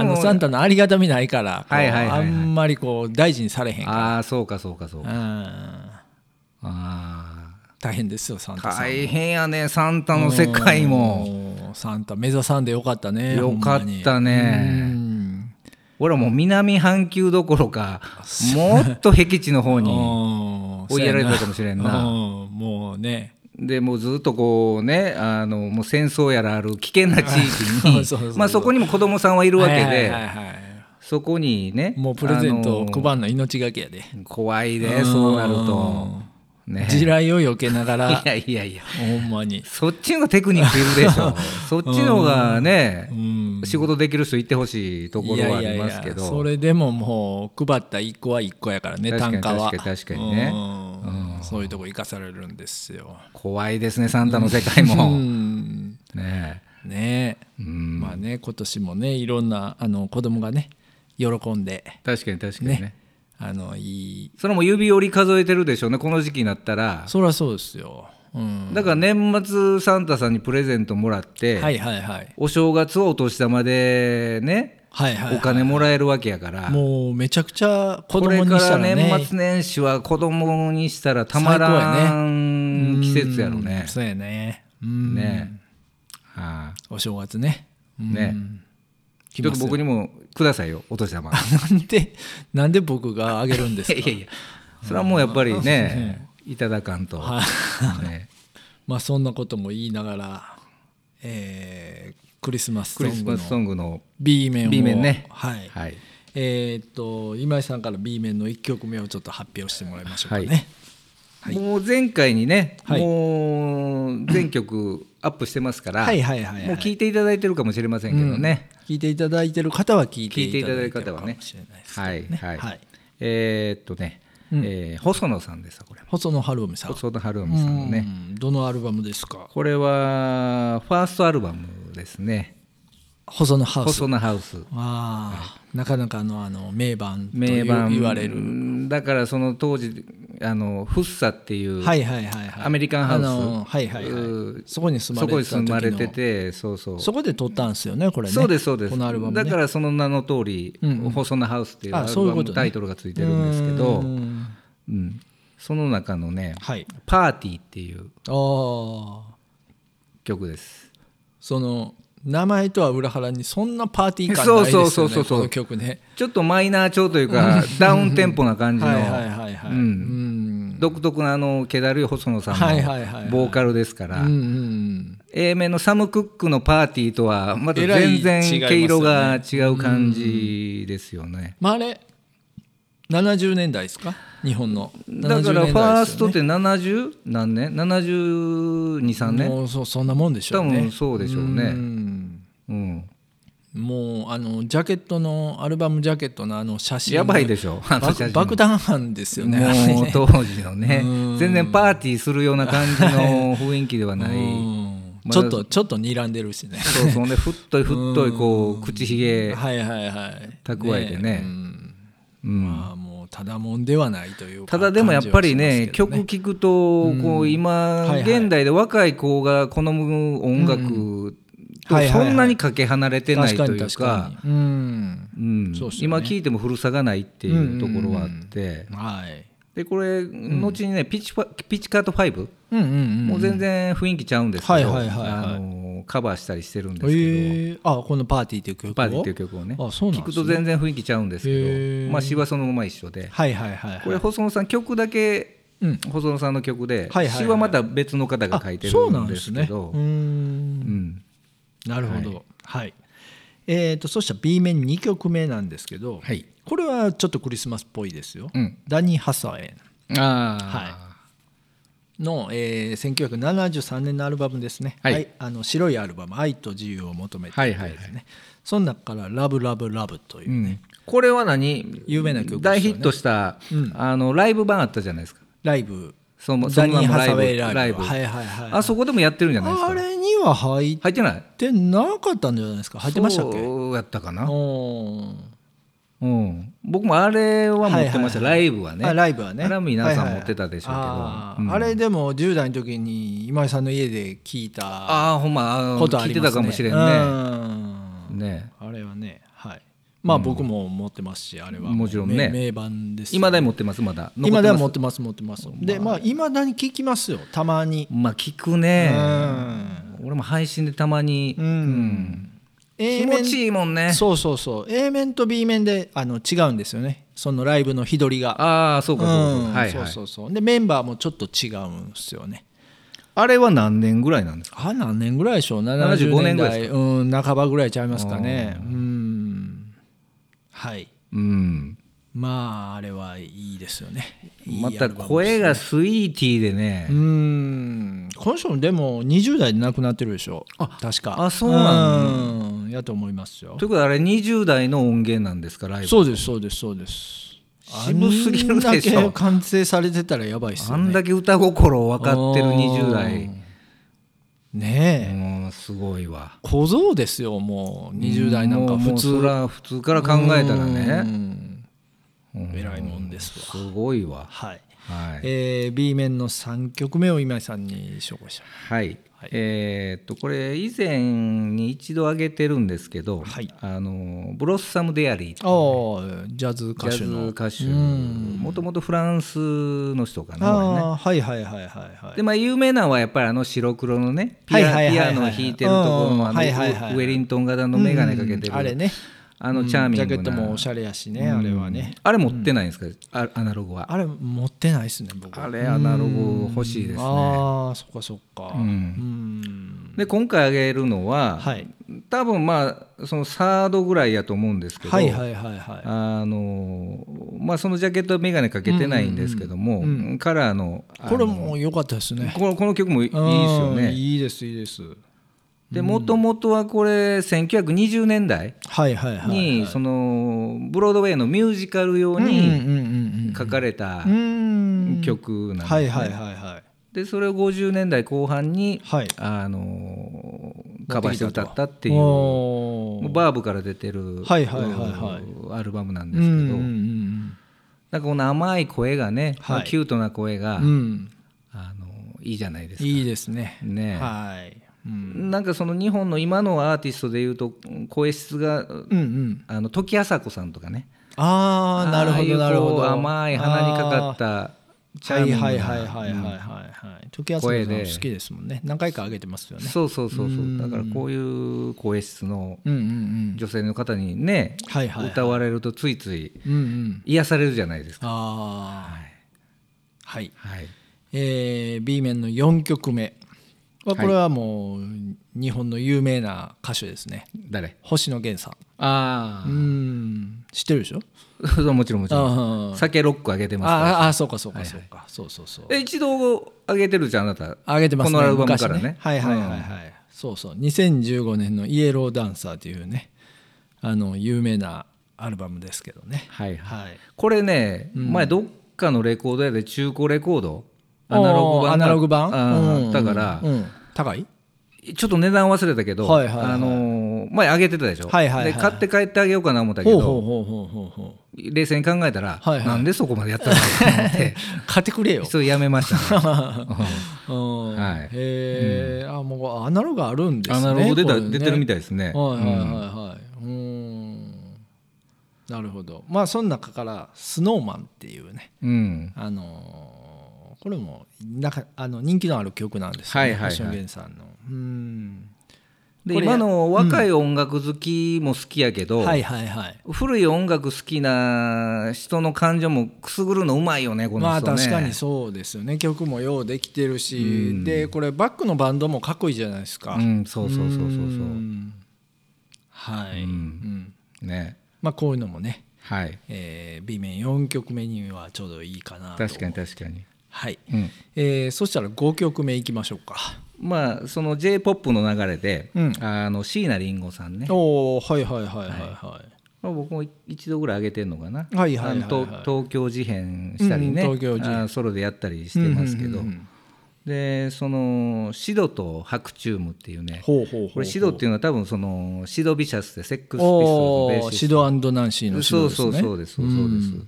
Speaker 1: あ
Speaker 2: も
Speaker 1: のサンタのありがたみないから、こう
Speaker 2: はいはいはいはい
Speaker 1: あんまりこう大事にされへんか
Speaker 2: ああそうかそうかそう
Speaker 1: らう
Speaker 2: か、
Speaker 1: ん
Speaker 2: あ
Speaker 1: 大変ですよサン
Speaker 2: あ
Speaker 1: タさん
Speaker 2: 大変やねサンタの世界も
Speaker 1: もうサンタ目指さんでよかったね
Speaker 2: よかっ
Speaker 1: ほんまに
Speaker 2: た
Speaker 1: う
Speaker 2: ね
Speaker 1: ん
Speaker 2: 俺はもう南半球どころかもっと僻地の方に
Speaker 1: うん
Speaker 2: 追いやられたかもしれんな
Speaker 1: うんもうね
Speaker 2: でもうずっとこうねあのもう戦争やらある危険な地域
Speaker 1: そ
Speaker 2: に
Speaker 1: う そうそう
Speaker 2: まあそこにも子供さんはい
Speaker 1: い
Speaker 2: るわけで、
Speaker 1: はいはいはい
Speaker 2: そこにね
Speaker 1: もうプレゼントを
Speaker 2: あ
Speaker 1: 配んの命がけやで、
Speaker 2: の怖いでそうなるとね
Speaker 1: 地雷を避けながら
Speaker 2: いやいやいや
Speaker 1: ほんまに
Speaker 2: そっちの方がテクニックいるでし ょそっちの方がね、
Speaker 1: うん
Speaker 2: 仕事できる人行ってほしいところはありますけ
Speaker 1: いやいや
Speaker 2: ど
Speaker 1: いやそれでももう配った1個は1個やからね
Speaker 2: 確か
Speaker 1: 単
Speaker 2: に
Speaker 1: 価は
Speaker 2: 確かに確かにね
Speaker 1: うんそういうとこ生かされるんですよ
Speaker 2: 怖いですねサンタの世 界
Speaker 1: う
Speaker 2: も、
Speaker 1: ん
Speaker 2: ね
Speaker 1: ねえまあね今年もねいろんなあの子供がね喜んで
Speaker 2: 確かに確かにね
Speaker 1: ねあのいい
Speaker 2: それも指折り数えてるでしょうねこの時期になったら
Speaker 1: そりゃそうですよ、うん、
Speaker 2: だから年末サンタさんにプレゼントもらって、
Speaker 1: はいはいはい
Speaker 2: お正月はお年玉でね
Speaker 1: はいはい、はい、
Speaker 2: お金もらえるわけやから、
Speaker 1: もうめちゃくちゃ子供に
Speaker 2: これ
Speaker 1: し
Speaker 2: か
Speaker 1: た
Speaker 2: ら
Speaker 1: らね
Speaker 2: 年末年始は子供にしたらたまらん季節やろね
Speaker 1: うん。そうやねうん
Speaker 2: ねは
Speaker 1: お正月ね
Speaker 2: いねち
Speaker 1: 来
Speaker 2: ょ
Speaker 1: ま
Speaker 2: っと
Speaker 1: す
Speaker 2: 僕にもくださいよお年 玉い
Speaker 1: なんでなんで僕があげるんです
Speaker 2: や
Speaker 1: か
Speaker 2: いやいやそれはもうやっぱりねいただかんと、ね、
Speaker 1: まあそんなことも言いながら、えー クリスマスソ
Speaker 2: クリス
Speaker 1: ング
Speaker 2: マ
Speaker 1: の
Speaker 2: スソングの
Speaker 1: B 面を
Speaker 2: B 面ね
Speaker 1: はい、
Speaker 2: はい
Speaker 1: えーっと今井さんから B 面の1曲目をちょっと発表してもらいましょうかね、
Speaker 2: はいもう前回にね、
Speaker 1: はい
Speaker 2: もう全曲アップしてますから、
Speaker 1: はいはいはいはい
Speaker 2: もう聞いていただいてるかもしれませんけどね、
Speaker 1: 聞いていただいてる方は聞いて
Speaker 2: 聞いて
Speaker 1: い
Speaker 2: い
Speaker 1: た
Speaker 2: ただ
Speaker 1: だい
Speaker 2: い
Speaker 1: て
Speaker 2: た
Speaker 1: る
Speaker 2: 方
Speaker 1: か
Speaker 2: は
Speaker 1: も
Speaker 2: ね
Speaker 1: しれないですけど
Speaker 2: は
Speaker 1: ね
Speaker 2: いはい、
Speaker 1: はい
Speaker 2: えーっとね、えー細野さんですわこれ
Speaker 1: 細野晴臣さん
Speaker 2: 細野晴臣さんのね
Speaker 1: うんどのアルバムですか
Speaker 2: これはファーストアルバムですね
Speaker 1: 細野ハウス
Speaker 2: 細野ハウス
Speaker 1: ああ、なかなかのあの名盤とい
Speaker 2: 名
Speaker 1: う
Speaker 2: 盤
Speaker 1: 言われる
Speaker 2: るだからその当時あのフッサっていう、
Speaker 1: はいはいはいはい
Speaker 2: アメリカンハウス
Speaker 1: あのはいはいうはい
Speaker 2: ー
Speaker 1: そこに住ま
Speaker 2: そ
Speaker 1: れて
Speaker 2: こ
Speaker 1: た時の
Speaker 2: に住まれててそうそう
Speaker 1: そこで撮ったんですよねこれね
Speaker 2: そうですそうです
Speaker 1: このアルバムね
Speaker 2: だからその名の通り「細野ハウス」っていうア
Speaker 1: あ
Speaker 2: ル
Speaker 1: そういう
Speaker 2: バ
Speaker 1: こ
Speaker 2: ム
Speaker 1: とね
Speaker 2: タイトルがついてるんですけど
Speaker 1: うー
Speaker 2: うん
Speaker 1: ん
Speaker 2: その中のね
Speaker 1: はい
Speaker 2: 「パーティー」っていう
Speaker 1: ああ
Speaker 2: 曲です
Speaker 1: その名前とは裏腹にそんなパーティー感ないですよね
Speaker 2: そうそうそうそうそう
Speaker 1: この曲ね
Speaker 2: ちょっとマイナー調というかダウンテンポな感 じ
Speaker 1: はいはい
Speaker 2: の
Speaker 1: はいはい
Speaker 2: うん
Speaker 1: うん
Speaker 2: 独特なあの気だるい細野さん
Speaker 1: はいはいはいは
Speaker 2: の
Speaker 1: い
Speaker 2: ボーカルですか
Speaker 1: うんう
Speaker 2: ら
Speaker 1: ん
Speaker 2: A 面のサム・クックの「パーティー」とはまた
Speaker 1: えらい違い
Speaker 2: 全
Speaker 1: ますよ
Speaker 2: 然
Speaker 1: ね
Speaker 2: 毛色が違う感じですよね
Speaker 1: まああれ70年代ですか日本の
Speaker 2: だからファーストってて70何年 ?723 年
Speaker 1: もうそそんなもんでしょ
Speaker 2: 多
Speaker 1: うね
Speaker 2: 分そうでしょうね
Speaker 1: ん
Speaker 2: うん
Speaker 1: もうあのジャケットのアルバムジャケットのあの写真
Speaker 2: やばいでしょあの
Speaker 1: 爆
Speaker 2: 写真
Speaker 1: 爆弾犯ですよねあれ
Speaker 2: もう
Speaker 1: ね
Speaker 2: 当時のね全然パーティーするような感じの雰囲気ではない
Speaker 1: うんちょっとちょっと睨んでるしね
Speaker 2: そうそうね太い太いこう口ひげ
Speaker 1: はいはいはい
Speaker 2: 蓄えてね
Speaker 1: うんまあもうただもんではないというか
Speaker 2: ただでもやっぱりね
Speaker 1: 感じはしますけど
Speaker 2: 曲聴くとこう今
Speaker 1: はいはい
Speaker 2: 現代で若い子が好む音楽と
Speaker 1: はいはい
Speaker 2: そ
Speaker 1: はい
Speaker 2: んなにかけ離れてない
Speaker 1: 確か
Speaker 2: と
Speaker 1: に
Speaker 2: いう
Speaker 1: 確
Speaker 2: か
Speaker 1: かにうん
Speaker 2: うん
Speaker 1: そうっすよね
Speaker 2: 今聴いても古さがないっていうところはあって
Speaker 1: はい
Speaker 2: でこれ後にねピッチパピッチカート5
Speaker 1: うんうんうん
Speaker 2: もう全然雰囲気ちゃうんです
Speaker 1: は
Speaker 2: け
Speaker 1: い
Speaker 2: ど、
Speaker 1: はいはいはい
Speaker 2: あのカバーしたりしてるんですけど、
Speaker 1: えーあこの「パーティー」という曲を
Speaker 2: パーティーっていう曲をね、
Speaker 1: あそうなん
Speaker 2: 聞
Speaker 1: で
Speaker 2: く
Speaker 1: すね
Speaker 2: と全然雰囲気ちゃうんですけ
Speaker 1: へ
Speaker 2: ど、
Speaker 1: ー
Speaker 2: まあ詩はそのまま一緒で、
Speaker 1: はいはいはいはい
Speaker 2: これ細野さん曲だけ、
Speaker 1: うん
Speaker 2: 細野さんの曲で、
Speaker 1: はいはいはい
Speaker 2: 詩はまた別の方が書いて
Speaker 1: あそうな
Speaker 2: るん
Speaker 1: んで
Speaker 2: です
Speaker 1: す
Speaker 2: け
Speaker 1: ね
Speaker 2: ど、
Speaker 1: うーん
Speaker 2: うん
Speaker 1: なるほどはい、えー、とそしたら B 面2曲目なんですけど、
Speaker 2: はい
Speaker 1: これはちょっとクリスマスっぽいですよ、
Speaker 2: うん
Speaker 1: ダニー・ハサウェイ
Speaker 2: ああ、
Speaker 1: の、えー、1973年のアルバムですね、
Speaker 2: はい
Speaker 1: あの白いアルバム「愛と自由を求めて」
Speaker 2: はいはいはい
Speaker 1: ですねその中から「ラブラブラブというう、
Speaker 2: ん、これは何
Speaker 1: 有名な曲ですよね
Speaker 2: 大ヒットした、
Speaker 1: うん
Speaker 2: あのライブ版あったじゃないですか
Speaker 1: ライブ
Speaker 2: その
Speaker 1: ザニー・
Speaker 2: その
Speaker 1: ハ
Speaker 2: まま
Speaker 1: サ
Speaker 2: の
Speaker 1: ウェイライブ
Speaker 2: ライブ
Speaker 1: はいはいはい
Speaker 2: あそこでもやってるんじゃないですか
Speaker 1: あれには入っ
Speaker 2: 入ってない
Speaker 1: てなかったんじゃないですか入ってましたっけ
Speaker 2: そうやったかな、
Speaker 1: おー
Speaker 2: うん、僕もあれは持ってました、
Speaker 1: はいは
Speaker 2: ライブはね
Speaker 1: あライブはね
Speaker 2: あれは皆さ
Speaker 1: はい
Speaker 2: ん
Speaker 1: はい
Speaker 2: 持ってたでしょうけど、
Speaker 1: あー
Speaker 2: うん
Speaker 1: あれでも10代の時に今井さんの家で聞いた
Speaker 2: ああほんまあ
Speaker 1: ことあ
Speaker 2: 聞い
Speaker 1: り
Speaker 2: て
Speaker 1: ま
Speaker 2: た
Speaker 1: す
Speaker 2: か
Speaker 1: ね
Speaker 2: もしれん
Speaker 1: う
Speaker 2: ね
Speaker 1: ん
Speaker 2: ね
Speaker 1: あれはねはいまあ僕も持ってますしあれはう
Speaker 2: もちろん
Speaker 1: 名
Speaker 2: ね
Speaker 1: 名盤です
Speaker 2: 今で
Speaker 1: も
Speaker 2: 持ってますまだ残
Speaker 1: 今
Speaker 2: って
Speaker 1: で
Speaker 2: ま
Speaker 1: は持っ
Speaker 2: す
Speaker 1: てます持ってますでまあ今だに聞きますよたまに
Speaker 2: まあ聞くね
Speaker 1: うん
Speaker 2: 俺も配信でたまに、
Speaker 1: うん
Speaker 2: 気
Speaker 1: A
Speaker 2: 持
Speaker 1: 面
Speaker 2: ちいいもんね
Speaker 1: そうそうそう A 面と B 面であの違うんですよねそのライブの日取りが
Speaker 2: ああそうかそうか、
Speaker 1: うん
Speaker 2: はいはい
Speaker 1: そうそうそうでメンバーもちょっと違うんですよね
Speaker 2: あれは何年ぐらいなんですか
Speaker 1: あ何年ぐらいでしょう
Speaker 2: 75
Speaker 1: 70
Speaker 2: 年
Speaker 1: 年
Speaker 2: ぐらい
Speaker 1: 代
Speaker 2: で
Speaker 1: うん半ばぐらいちゃいますかねうんはい
Speaker 2: うん
Speaker 1: まああれはいいですよねいい
Speaker 2: ま
Speaker 1: ア
Speaker 2: た
Speaker 1: ルバム
Speaker 2: 声がスイーティーでね、
Speaker 1: うんこの人もでも20代で亡くなってるでしょあ確か
Speaker 2: あそうなん
Speaker 1: うんやと思いますよ
Speaker 2: ということであれ20代の音源なんですかライブ
Speaker 1: そうですそうですそうです
Speaker 2: 渋すぎるでしょ
Speaker 1: あんだけ完成されてたらやばいっす
Speaker 2: あ
Speaker 1: よね
Speaker 2: んだけ歌心分かってる20代
Speaker 1: ねえ、
Speaker 2: うんすごいわ
Speaker 1: 小僧ですよもう20代なんか普
Speaker 2: もうもうそ
Speaker 1: 通
Speaker 2: ら普通から考えたらね
Speaker 1: うん偉いもんですわ
Speaker 2: すごいわ
Speaker 1: はい、
Speaker 2: はい、
Speaker 1: えー B 面の3曲目を今井さんに紹介しま
Speaker 2: はい、えーっとこれ以前に一度挙げてるんですけど、
Speaker 1: はい
Speaker 2: あのブロッサム・デアリー
Speaker 1: すああジャズ歌
Speaker 2: ジ
Speaker 1: 手
Speaker 2: ャズ
Speaker 1: の
Speaker 2: 歌手
Speaker 1: うん
Speaker 2: もともとフランスの人かなこれね
Speaker 1: ああはいはいはいはいはい
Speaker 2: でまあ有名なのはやっぱりあの白黒のねピ
Speaker 1: はい
Speaker 2: ア
Speaker 1: はいはい
Speaker 2: ピ
Speaker 1: はい
Speaker 2: アノを弾いてるところ
Speaker 1: うんうん
Speaker 2: のあのウ
Speaker 1: はいはいはい
Speaker 2: ェリントン型の眼鏡かけて
Speaker 1: うんあれ
Speaker 2: る
Speaker 1: ね
Speaker 2: あのチャーミングな
Speaker 1: ジャケットもおしゃれやしね、あれはね
Speaker 2: あれ持ってないんですかあアナログは
Speaker 1: あれ持ってないですね僕
Speaker 2: あれアナログ欲しいですね。
Speaker 1: ああそっかそっか
Speaker 2: うん
Speaker 1: うん
Speaker 2: で今回挙げるのは、
Speaker 1: はい
Speaker 2: 多分まあそのサードぐらいやと思うんですけど、
Speaker 1: はいはいはいはい
Speaker 2: あのまあ、そのジャケット眼鏡かけてないんですけども、カラーのあの
Speaker 1: これも良かったですね。
Speaker 2: このこの曲もいいですよ
Speaker 1: うん
Speaker 2: ね。
Speaker 1: いいですいいです。
Speaker 2: でもともとはこれ1920年代
Speaker 1: はいはいはい。
Speaker 2: にそのブロードウェイのミュージカル用
Speaker 1: うん
Speaker 2: に
Speaker 1: うんうん
Speaker 2: 書かれた
Speaker 1: うん。うん。
Speaker 2: 曲なん
Speaker 1: は
Speaker 2: で
Speaker 1: い
Speaker 2: す
Speaker 1: はい
Speaker 2: ね。
Speaker 1: はいはい。
Speaker 2: でそれを50年代後半に
Speaker 1: はい。
Speaker 2: あのカバーして歌ったっていうも
Speaker 1: おー
Speaker 2: うバーブから出てる、
Speaker 1: はいはいはいはい
Speaker 2: うんアルバムなんで
Speaker 1: うん
Speaker 2: す
Speaker 1: う
Speaker 2: けど、
Speaker 1: んうん
Speaker 2: なんかこの甘い声がね、
Speaker 1: はい
Speaker 2: キュートな声が、
Speaker 1: うん。うん。
Speaker 2: あのいいじゃないですか。
Speaker 1: いいですね。
Speaker 2: ね
Speaker 1: はい。うん。
Speaker 2: なんかその日本の今のアーティストでいうとうん声質が、
Speaker 1: うんうん。
Speaker 2: あの時あさこさんとかね
Speaker 1: ああなる
Speaker 2: ああ
Speaker 1: ほ
Speaker 2: いう
Speaker 1: どなるほ
Speaker 2: こう
Speaker 1: ど。
Speaker 2: 甘い鼻にかかったチ
Speaker 1: は
Speaker 2: ャー
Speaker 1: い
Speaker 2: ミングな
Speaker 1: はいはいはいはいはいはい。時安さん
Speaker 2: 声で
Speaker 1: 好きですもんね。何回か上げてますよね。
Speaker 2: そうそうそうそうだからこういう声質の
Speaker 1: うんうんうん。
Speaker 2: 女性の方にね、
Speaker 1: はいはいはい
Speaker 2: 歌われるとついつい
Speaker 1: うんうん。
Speaker 2: 癒されるじゃないですか。
Speaker 1: ああ。はい。
Speaker 2: はい
Speaker 1: えー B 面の4曲目はこれはもう日本の有名な歌手ですね
Speaker 2: 誰
Speaker 1: 星野源さ
Speaker 2: あ
Speaker 1: んうーん知ってるでしょ
Speaker 2: あそうもちろんもち ろん
Speaker 1: あー
Speaker 2: 酒ロックあげてますから
Speaker 1: あーそうかそうかそうか、そうそうそう
Speaker 2: え一度あげてるじゃんあなた
Speaker 1: 上げてますね
Speaker 2: このアルバム
Speaker 1: 昔
Speaker 2: からね
Speaker 1: はいはいはいはい、そうそう2015年の「イエローダンサー」というねあの有名なアルバムですけどね
Speaker 2: はいはい
Speaker 1: はい
Speaker 2: これね、前どっかのレコード屋で中古レコードアナロ
Speaker 1: お
Speaker 2: グ版
Speaker 1: ー
Speaker 2: が
Speaker 1: アナログ版
Speaker 2: あ
Speaker 1: うん
Speaker 2: ーだから、
Speaker 1: うん高い
Speaker 2: ちょっと値段忘れたけど、
Speaker 1: はいはいはい
Speaker 2: あのー前あげてたでしょ、
Speaker 1: はいはいはい
Speaker 2: で買って帰ってあげようかな思ったけ
Speaker 1: ほ
Speaker 2: ど
Speaker 1: うほうほうほうほうほう
Speaker 2: 冷静に考えたら、
Speaker 1: はいはい
Speaker 2: なんでそこまでやったのかなと思って
Speaker 1: 買ってくれよ
Speaker 2: それやめました、ね、
Speaker 1: うん
Speaker 2: はい
Speaker 1: へえ、あもうアナログあるんです
Speaker 2: ア
Speaker 1: ね。
Speaker 2: ナログ出た
Speaker 1: これね
Speaker 2: 出てるみたいです
Speaker 1: は
Speaker 2: ね、
Speaker 1: いはいは
Speaker 2: う
Speaker 1: い
Speaker 2: ん
Speaker 1: はい。うーん。なるほど。まあその中からスノーマンっていうね、
Speaker 2: うん
Speaker 1: あのーこれもなんかあの人気のある曲なんですよ
Speaker 2: は
Speaker 1: ね。
Speaker 2: いはいはい
Speaker 1: 星野源さんの。うーん。
Speaker 2: で
Speaker 1: これ
Speaker 2: 今の若い音楽好きも好きやけど、
Speaker 1: はいはいはい。
Speaker 2: 古い音楽好きな人の感情もくすぐるのうまいよねこの人ね
Speaker 1: まあ確かにそうですよね曲もようできてるし、でこれバックのバンドもかっこいいじゃないですか、
Speaker 2: うんそうそうそうそうそう
Speaker 1: うんはい、
Speaker 2: うん
Speaker 1: うん
Speaker 2: ね
Speaker 1: まあこういうのもね
Speaker 2: はい
Speaker 1: えー B 面4曲目にはちょうどいいかなと
Speaker 2: 確かに確かに
Speaker 1: はい、
Speaker 2: うん
Speaker 1: えーそしたら5曲目いきましょうか
Speaker 2: まあその j p o p の流れで、
Speaker 1: うん
Speaker 2: あの椎名林檎さんね
Speaker 1: おおはいはいはいはいは
Speaker 2: まあ、僕も一度ぐらい上げてんのかな、
Speaker 1: はいはいはいはい
Speaker 2: あの東東京事変したりね、
Speaker 1: うんうん東京事変
Speaker 2: あソロでやったりしてますけど、
Speaker 1: うんうんうんうん
Speaker 2: でそのシドとハクチュームっていう
Speaker 1: い
Speaker 2: ね
Speaker 1: ほうほうほうほう
Speaker 2: これシドっていうのは多分そのシドビシャスでセック
Speaker 1: お
Speaker 2: スピスト
Speaker 1: お
Speaker 2: ルズのベ
Speaker 1: ー
Speaker 2: ーシ
Speaker 1: シ
Speaker 2: ス
Speaker 1: ドナンシー
Speaker 2: ト
Speaker 1: のシ
Speaker 2: そ
Speaker 1: ド
Speaker 2: う
Speaker 1: です
Speaker 2: そ
Speaker 1: ね
Speaker 2: うそうですそうです、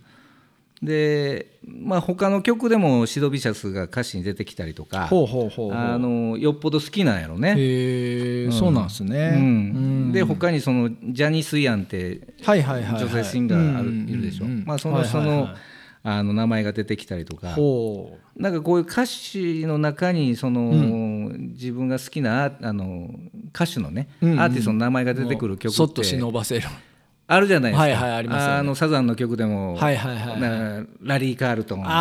Speaker 2: でまあ他の曲でもシドビシャスが歌詞に出てきたりとか
Speaker 1: ほうほうほうほう
Speaker 2: あのよっぽど好きなんやろね、
Speaker 1: へえ、そうなんですね、
Speaker 2: うん、で他にそのジャニス・イアンって
Speaker 1: はいはいはいはい
Speaker 2: 女性シンガーあ
Speaker 1: う
Speaker 2: る
Speaker 1: んうんうん
Speaker 2: いるでしょ
Speaker 1: うん
Speaker 2: まあその
Speaker 1: はいはい
Speaker 2: 人
Speaker 1: はい
Speaker 2: のあの名前が出てきたりとか
Speaker 1: ほう
Speaker 2: なんかこういう歌詞の中にその自分が好きなああの歌手のねア
Speaker 1: うんうん
Speaker 2: ーティストの名前が出てくる曲
Speaker 1: そっ
Speaker 2: って
Speaker 1: と忍ばせる
Speaker 2: あるじゃないですか
Speaker 1: はいはいありますよね
Speaker 2: のサザンの曲でも
Speaker 1: はいはいはいはい
Speaker 2: なラリー・カールトンと
Speaker 1: あ
Speaker 2: か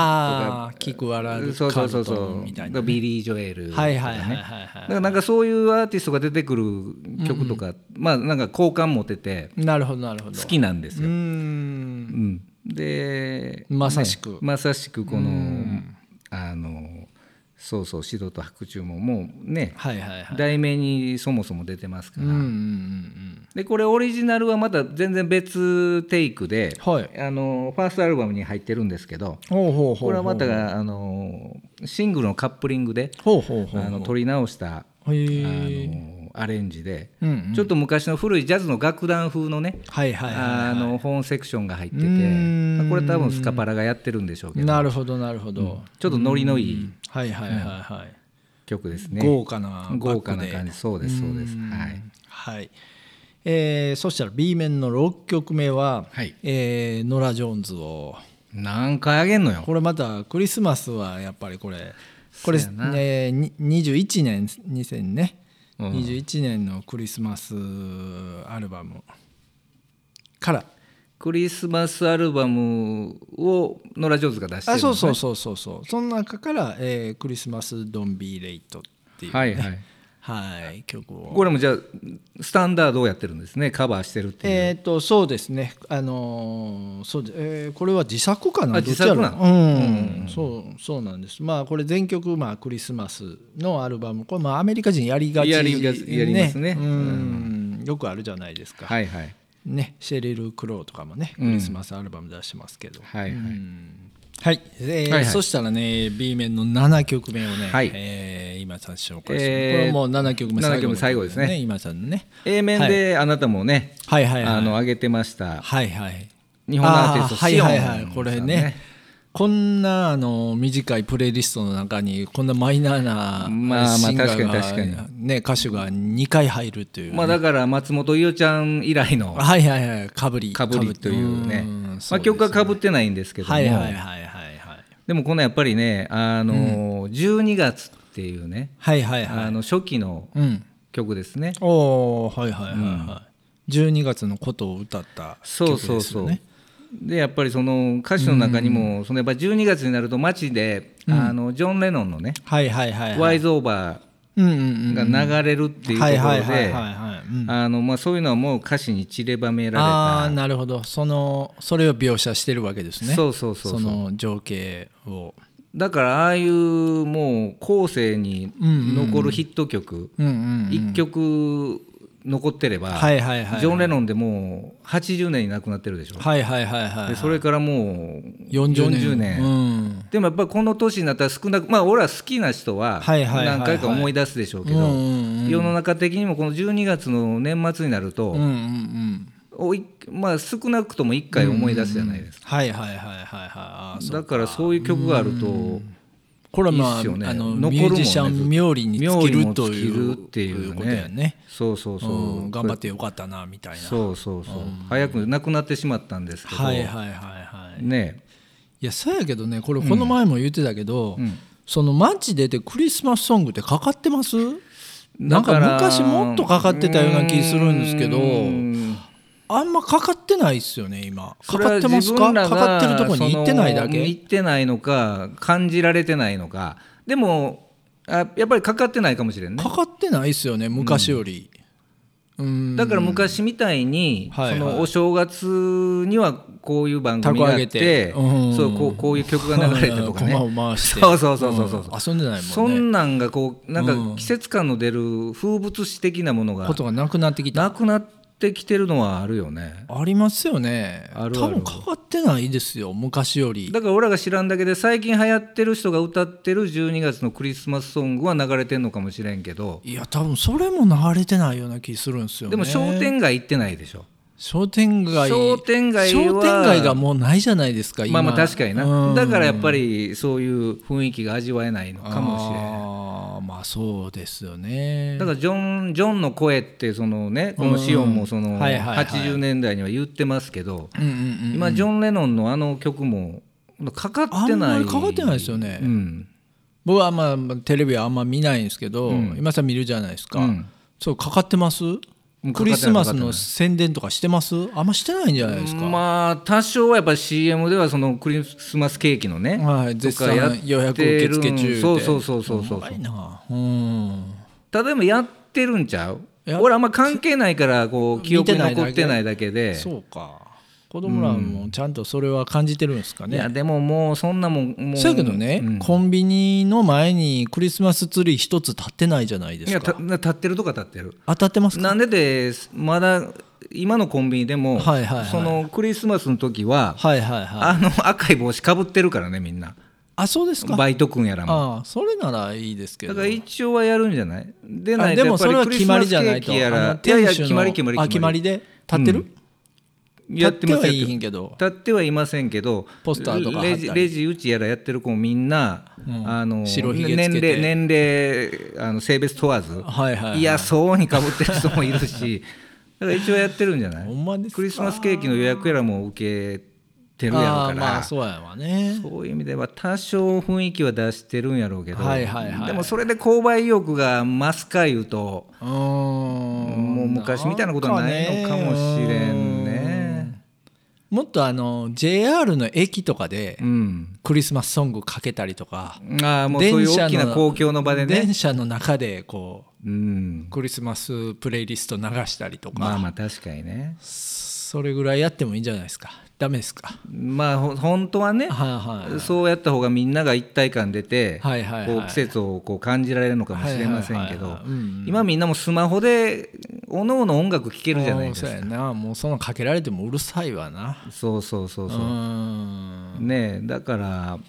Speaker 1: あキクワラルカ
Speaker 2: そうそうそう
Speaker 1: ル
Speaker 2: そ
Speaker 1: トン
Speaker 2: う
Speaker 1: みたいな
Speaker 2: ビリー・ジョエルとか
Speaker 1: はい
Speaker 2: ね
Speaker 1: はいはいはい
Speaker 2: だ
Speaker 1: は
Speaker 2: からなんかそういうアーティストが出てくる曲とか、まあなんか好感持てて
Speaker 1: いなるほどなるほど
Speaker 2: 好きなんです
Speaker 1: う
Speaker 2: よ。
Speaker 1: ー
Speaker 2: うんんで
Speaker 1: まさしく
Speaker 2: ねまさしくこの、あのそうそう「シドと白昼も」もうね、
Speaker 1: はいはいはい
Speaker 2: 題名にそもそも出てますから、
Speaker 1: うんうんうん
Speaker 2: でこれオリジナルはまた全然別テイクで、
Speaker 1: うんはい
Speaker 2: あのファーストアルバムに入ってるんですけど
Speaker 1: ほうほうほうほう
Speaker 2: これはまたあのシングルのカップリングで
Speaker 1: ほうほうほう
Speaker 2: あの撮り直した
Speaker 1: へ
Speaker 2: あ
Speaker 1: え
Speaker 2: のアレンジで、
Speaker 1: うんうん
Speaker 2: ちょっと昔の古いジャズの楽団風のね、
Speaker 1: はいはいはい
Speaker 2: あのホーンセクションが入ってて、
Speaker 1: うーん
Speaker 2: これ多分スカパラがやってるんでしょうけど、
Speaker 1: なるほどなるほど
Speaker 2: ちょっとノリのいい
Speaker 1: はいはいはいはい
Speaker 2: 曲ですね。
Speaker 1: 豪華な
Speaker 2: 豪華な
Speaker 1: バック
Speaker 2: 感
Speaker 1: で
Speaker 2: じ、そうですそうです。はい。
Speaker 1: はいえーそしたら B 面の6曲目は、
Speaker 2: はい
Speaker 1: えーノラ・ジョーンズを
Speaker 2: 何回あげんのよ。
Speaker 1: これまたクリスマスはやっぱりこれこれ、
Speaker 2: そうやな
Speaker 1: えーに21年2000ね、21年のクリスマスアルバムから
Speaker 2: クリスマスアルバムをノラジョーズが出してる
Speaker 1: あ
Speaker 2: んですね
Speaker 1: そうそうそうそうそうその中から、えークリスマス・ドン・ビー・レイト」っていう、ね、
Speaker 2: はいはい。
Speaker 1: はい曲を
Speaker 2: これもじゃあスタンダードをやってるんですね。カバーしてるっていう。
Speaker 1: えっ、とそうですね。あのーそうで、えーこれは自作かな。
Speaker 2: あ
Speaker 1: どっちやろ
Speaker 2: 自作
Speaker 1: うん、そうそうなんです。まあこれ全曲まあクリスマスのアルバム。これまあアメリカ人やりがち
Speaker 2: やりがちやりますね
Speaker 1: うん、よくあるじゃないですか。
Speaker 2: はいはい
Speaker 1: ねシェリル・クローとかもねクリスマスアルバム出してますけど。
Speaker 2: はいはい。
Speaker 1: はい、えー
Speaker 2: はいはい
Speaker 1: そしたらね B 面の7曲目をね、
Speaker 2: はい
Speaker 1: えー今さん紹介して、
Speaker 2: えー
Speaker 1: これはもう7曲目
Speaker 2: 7曲目最後ですね
Speaker 1: 今さんのね
Speaker 2: A 面であなたもね、
Speaker 1: はいはいはい
Speaker 2: あの上げてました。
Speaker 1: はいはい
Speaker 2: 日本のアーティスト
Speaker 1: あはいはい
Speaker 2: シオンさ
Speaker 1: は
Speaker 2: ん
Speaker 1: い
Speaker 2: ね
Speaker 1: これねこんなあの短いプレイリストの中にこんなマイナーな
Speaker 2: まあまあ
Speaker 1: シンガーが
Speaker 2: 確かに確か
Speaker 1: ね歌手が2回入るというね、
Speaker 2: まあだから松本伊代ちゃん以来の
Speaker 1: はいはいはいかぶり
Speaker 2: かぶりというね
Speaker 1: ん
Speaker 2: ま
Speaker 1: そう
Speaker 2: あ、
Speaker 1: です
Speaker 2: 曲はかぶってないんですけども、
Speaker 1: はいはいはいはいはい
Speaker 2: でもこのやっぱりね、あの12月っていうね、
Speaker 1: はいはいはい
Speaker 2: あの初期の
Speaker 1: うん
Speaker 2: 曲ですね、
Speaker 1: おーはいはいはいはい、12月のことを歌った
Speaker 2: そう
Speaker 1: 曲
Speaker 2: そ
Speaker 1: で
Speaker 2: う
Speaker 1: す
Speaker 2: そ
Speaker 1: よ
Speaker 2: う
Speaker 1: ね
Speaker 2: でやっぱりその歌詞の中にも、そのやっぱ12月になると街で、あのジョン・レノンのね
Speaker 1: はいはいはい
Speaker 2: 「ワ
Speaker 1: はい
Speaker 2: イズ・オーバ
Speaker 1: うんうんうん
Speaker 2: ー」が流れるっていうとこ
Speaker 1: は
Speaker 2: ろ
Speaker 1: いはいはい
Speaker 2: で
Speaker 1: はいはいうん
Speaker 2: あのまあそういうのはもう歌詞に散りばめられ
Speaker 1: ああ
Speaker 2: た
Speaker 1: ーなるほどそのそれを描写してるわけですね
Speaker 2: そうそうそうそう
Speaker 1: の情景を
Speaker 2: だからああいうもう後世に残るヒット曲、
Speaker 1: うんうん
Speaker 2: 一曲残ってれば、
Speaker 1: はいはいはい
Speaker 2: ジョン・レノンでもう80年に亡くなってるでしょ、
Speaker 1: はいはいはいはい
Speaker 2: でそれからもう
Speaker 1: 40年
Speaker 2: 40年
Speaker 1: うん
Speaker 2: でもやっぱりこの年になったら少なくまあ俺は好きな人は
Speaker 1: はいはいはいはい
Speaker 2: 何回か思い出すでしょうけど、
Speaker 1: うんうんうん
Speaker 2: 世の中的にもこの12月の年末になると、
Speaker 1: うんうんうん
Speaker 2: おいまあ、少なくとも1回思い出すじゃないですか、
Speaker 1: はいはいはいはいはいあーそう
Speaker 2: だからそういう曲があると、
Speaker 1: これはま
Speaker 2: いいっ
Speaker 1: あ
Speaker 2: すよね
Speaker 1: あの
Speaker 2: 残るもんね
Speaker 1: ミュージシャン冥利に尽きると
Speaker 2: 尽き
Speaker 1: いう
Speaker 2: るっていうね
Speaker 1: ことやね
Speaker 2: そうそうそう、
Speaker 1: うん頑張ってよかったなみたいな
Speaker 2: そうそうそう、早く亡くなってしまったんですけど、
Speaker 1: はいはいはいはい
Speaker 2: ね
Speaker 1: いやそうやけどねこれこの前も言ってたけど、その街出てクリスマスソングってかかってますなんか
Speaker 2: だら
Speaker 1: 昔もっとかかってたような気するんですけど
Speaker 2: うーん
Speaker 1: あんまかかってないっすよね今かかってます
Speaker 2: それは
Speaker 1: か
Speaker 2: 自分ら
Speaker 1: か
Speaker 2: が
Speaker 1: かってるとこに行ってないだ
Speaker 2: その
Speaker 1: け
Speaker 2: 行ってないのか感じられてないのかでもあやっぱりかかってないかもしれんね
Speaker 1: かかってないっすよね昔より、うん
Speaker 2: だから昔みたいに、
Speaker 1: はいはい
Speaker 2: そのお正月にはこういう番組があっ
Speaker 1: 凧揚
Speaker 2: て
Speaker 1: げてうん
Speaker 2: そうこうこういう曲が流れてと かね
Speaker 1: はいはい駒を回して
Speaker 2: そうそうそうそうそう、
Speaker 1: うん遊んでないもんね
Speaker 2: そんなんがこうなん
Speaker 1: うん
Speaker 2: か季節感の出る風物詩的なものが
Speaker 1: ことがなくなってきた
Speaker 2: なくなってきてるのはあるよね
Speaker 1: ありますよね
Speaker 2: あるある
Speaker 1: 多分変わってないですよ昔より
Speaker 2: だから俺らが知らんだけで最近流行ってる人が歌ってる12月のクリスマスソングは流れてんのかもしれんけど
Speaker 1: いや多分それも流れてないような気するんですよね
Speaker 2: でも商店街行ってないでしょ
Speaker 1: 商店街
Speaker 2: 商店街は
Speaker 1: 商店街がもうないじゃないですか今
Speaker 2: まあまあ確かに
Speaker 1: う
Speaker 2: なんだからやっぱりそういう雰囲気が味わえないのかもしれん
Speaker 1: あーまあそうですよね
Speaker 2: だからジョン・ジョンの声ってそのねこのシオンもそ
Speaker 1: うん
Speaker 2: の
Speaker 1: はいはいはい
Speaker 2: 80年代には言ってますけど
Speaker 1: うんうんうん
Speaker 2: 今ジョン・レノンのあの曲もかかってない
Speaker 1: あんまりかかってないですよね
Speaker 2: うん
Speaker 1: 僕はまあまあテレビはあんま見ないんですけど、
Speaker 2: うん
Speaker 1: 今さ見るじゃないですか、
Speaker 2: うん
Speaker 1: そうかかってます
Speaker 2: ない
Speaker 1: クリスマスの宣伝とかしてますあんましてないんじゃないですか、
Speaker 2: まあ多少はやっぱ CM ではそのクリスマスケーキのね
Speaker 1: はい、
Speaker 2: と
Speaker 1: 絶
Speaker 2: かやっ
Speaker 1: 賛
Speaker 2: て
Speaker 1: 予約受
Speaker 2: る
Speaker 1: 付中で
Speaker 2: そうそうそうそうそう
Speaker 1: まいなうん
Speaker 2: 例えばやってるんちゃう
Speaker 1: や
Speaker 2: 俺あんま関係ないからこう記憶に
Speaker 1: 見てないだ
Speaker 2: 残
Speaker 1: け
Speaker 2: ってないだけで
Speaker 1: そうか子供らもちゃんとそれは感じてるんですか
Speaker 2: いや
Speaker 1: ね、
Speaker 2: でももうそんなもんもう
Speaker 1: そうやけどね、
Speaker 2: うん
Speaker 1: コンビニの前にクリスマスツリー一つ立ってないじゃないで
Speaker 2: い
Speaker 1: す
Speaker 2: やた
Speaker 1: か
Speaker 2: 立ってるとか立ってる
Speaker 1: 当たってますか
Speaker 2: なんでですまだ今のコンビニでも、
Speaker 1: はいはいはい
Speaker 2: そのクリスマスの時は、
Speaker 1: はいはいはい
Speaker 2: あの赤い帽子かぶってるからねみんな
Speaker 1: あそうですか
Speaker 2: バイト君やらも
Speaker 1: ああそれならいいですけ
Speaker 2: だ
Speaker 1: ど
Speaker 2: から一応はやるんじゃないでない
Speaker 1: あ
Speaker 2: と
Speaker 1: で
Speaker 2: や
Speaker 1: も
Speaker 2: っ
Speaker 1: そ
Speaker 2: ぱ
Speaker 1: れ
Speaker 2: り
Speaker 1: は
Speaker 2: ク
Speaker 1: 決
Speaker 2: リス
Speaker 1: ま
Speaker 2: マ
Speaker 1: り
Speaker 2: スケ
Speaker 1: じゃな
Speaker 2: ー
Speaker 1: いと
Speaker 2: キや
Speaker 1: あの
Speaker 2: らいやい
Speaker 1: 店
Speaker 2: や
Speaker 1: 主の
Speaker 2: 決まり決まり
Speaker 1: あ決まりで立ってる、
Speaker 2: やってます
Speaker 1: 立
Speaker 2: や
Speaker 1: っ
Speaker 2: ってて
Speaker 1: はいい
Speaker 2: ま
Speaker 1: ん
Speaker 2: す
Speaker 1: けど
Speaker 2: 立ってはいませんけど
Speaker 1: ポスターとか貼ったり
Speaker 2: レジレジうちやらやってる子もみんな、
Speaker 1: うん
Speaker 2: あの
Speaker 1: 白ひげつけて
Speaker 2: 年齢年齢あの性別問わず、
Speaker 1: はいはいはい
Speaker 2: やそうにかぶってる人もいるし だから一応やってるんじゃない
Speaker 1: ほんまですか
Speaker 2: クリスマスケーキの予約やらも受けてるやろ
Speaker 1: あ
Speaker 2: か
Speaker 1: あ
Speaker 2: ら、
Speaker 1: まあ
Speaker 2: そ
Speaker 1: そうやわね
Speaker 2: ういう意味では多少雰囲気は出してるんやろうけど、
Speaker 1: はいはいはい
Speaker 2: でもそれで購買意欲が増すかいうと
Speaker 1: うーん
Speaker 2: もう昔みたいなことはないのかもしれんね。
Speaker 1: もっとあの JR の駅とかで
Speaker 2: うん
Speaker 1: クリスマスソングかけたりとか、
Speaker 2: ああもうそういう大きな公共の場でね
Speaker 1: 電。車の中でこ
Speaker 2: うん
Speaker 1: う、クリスマスプレイリスト流したりとか、
Speaker 2: まあまあ確かにね。
Speaker 1: それぐらいやってもいいんじゃないですかダメですか
Speaker 2: まあほ本当はね、
Speaker 1: はいはい
Speaker 2: そうやった方がみんなが一体感出て、
Speaker 1: はいはいはい
Speaker 2: こう季節をこう感じられるのかもしれませんけ
Speaker 1: はい
Speaker 2: ど
Speaker 1: はいはいはいうんうん
Speaker 2: 今みんなもスマホでおのおの音楽聴けるじゃないです
Speaker 1: もう
Speaker 2: か
Speaker 1: そうやなもうそのかけられてもうるさいわな
Speaker 2: そうそうそう
Speaker 1: う
Speaker 2: そう、
Speaker 1: ん
Speaker 2: ねえだから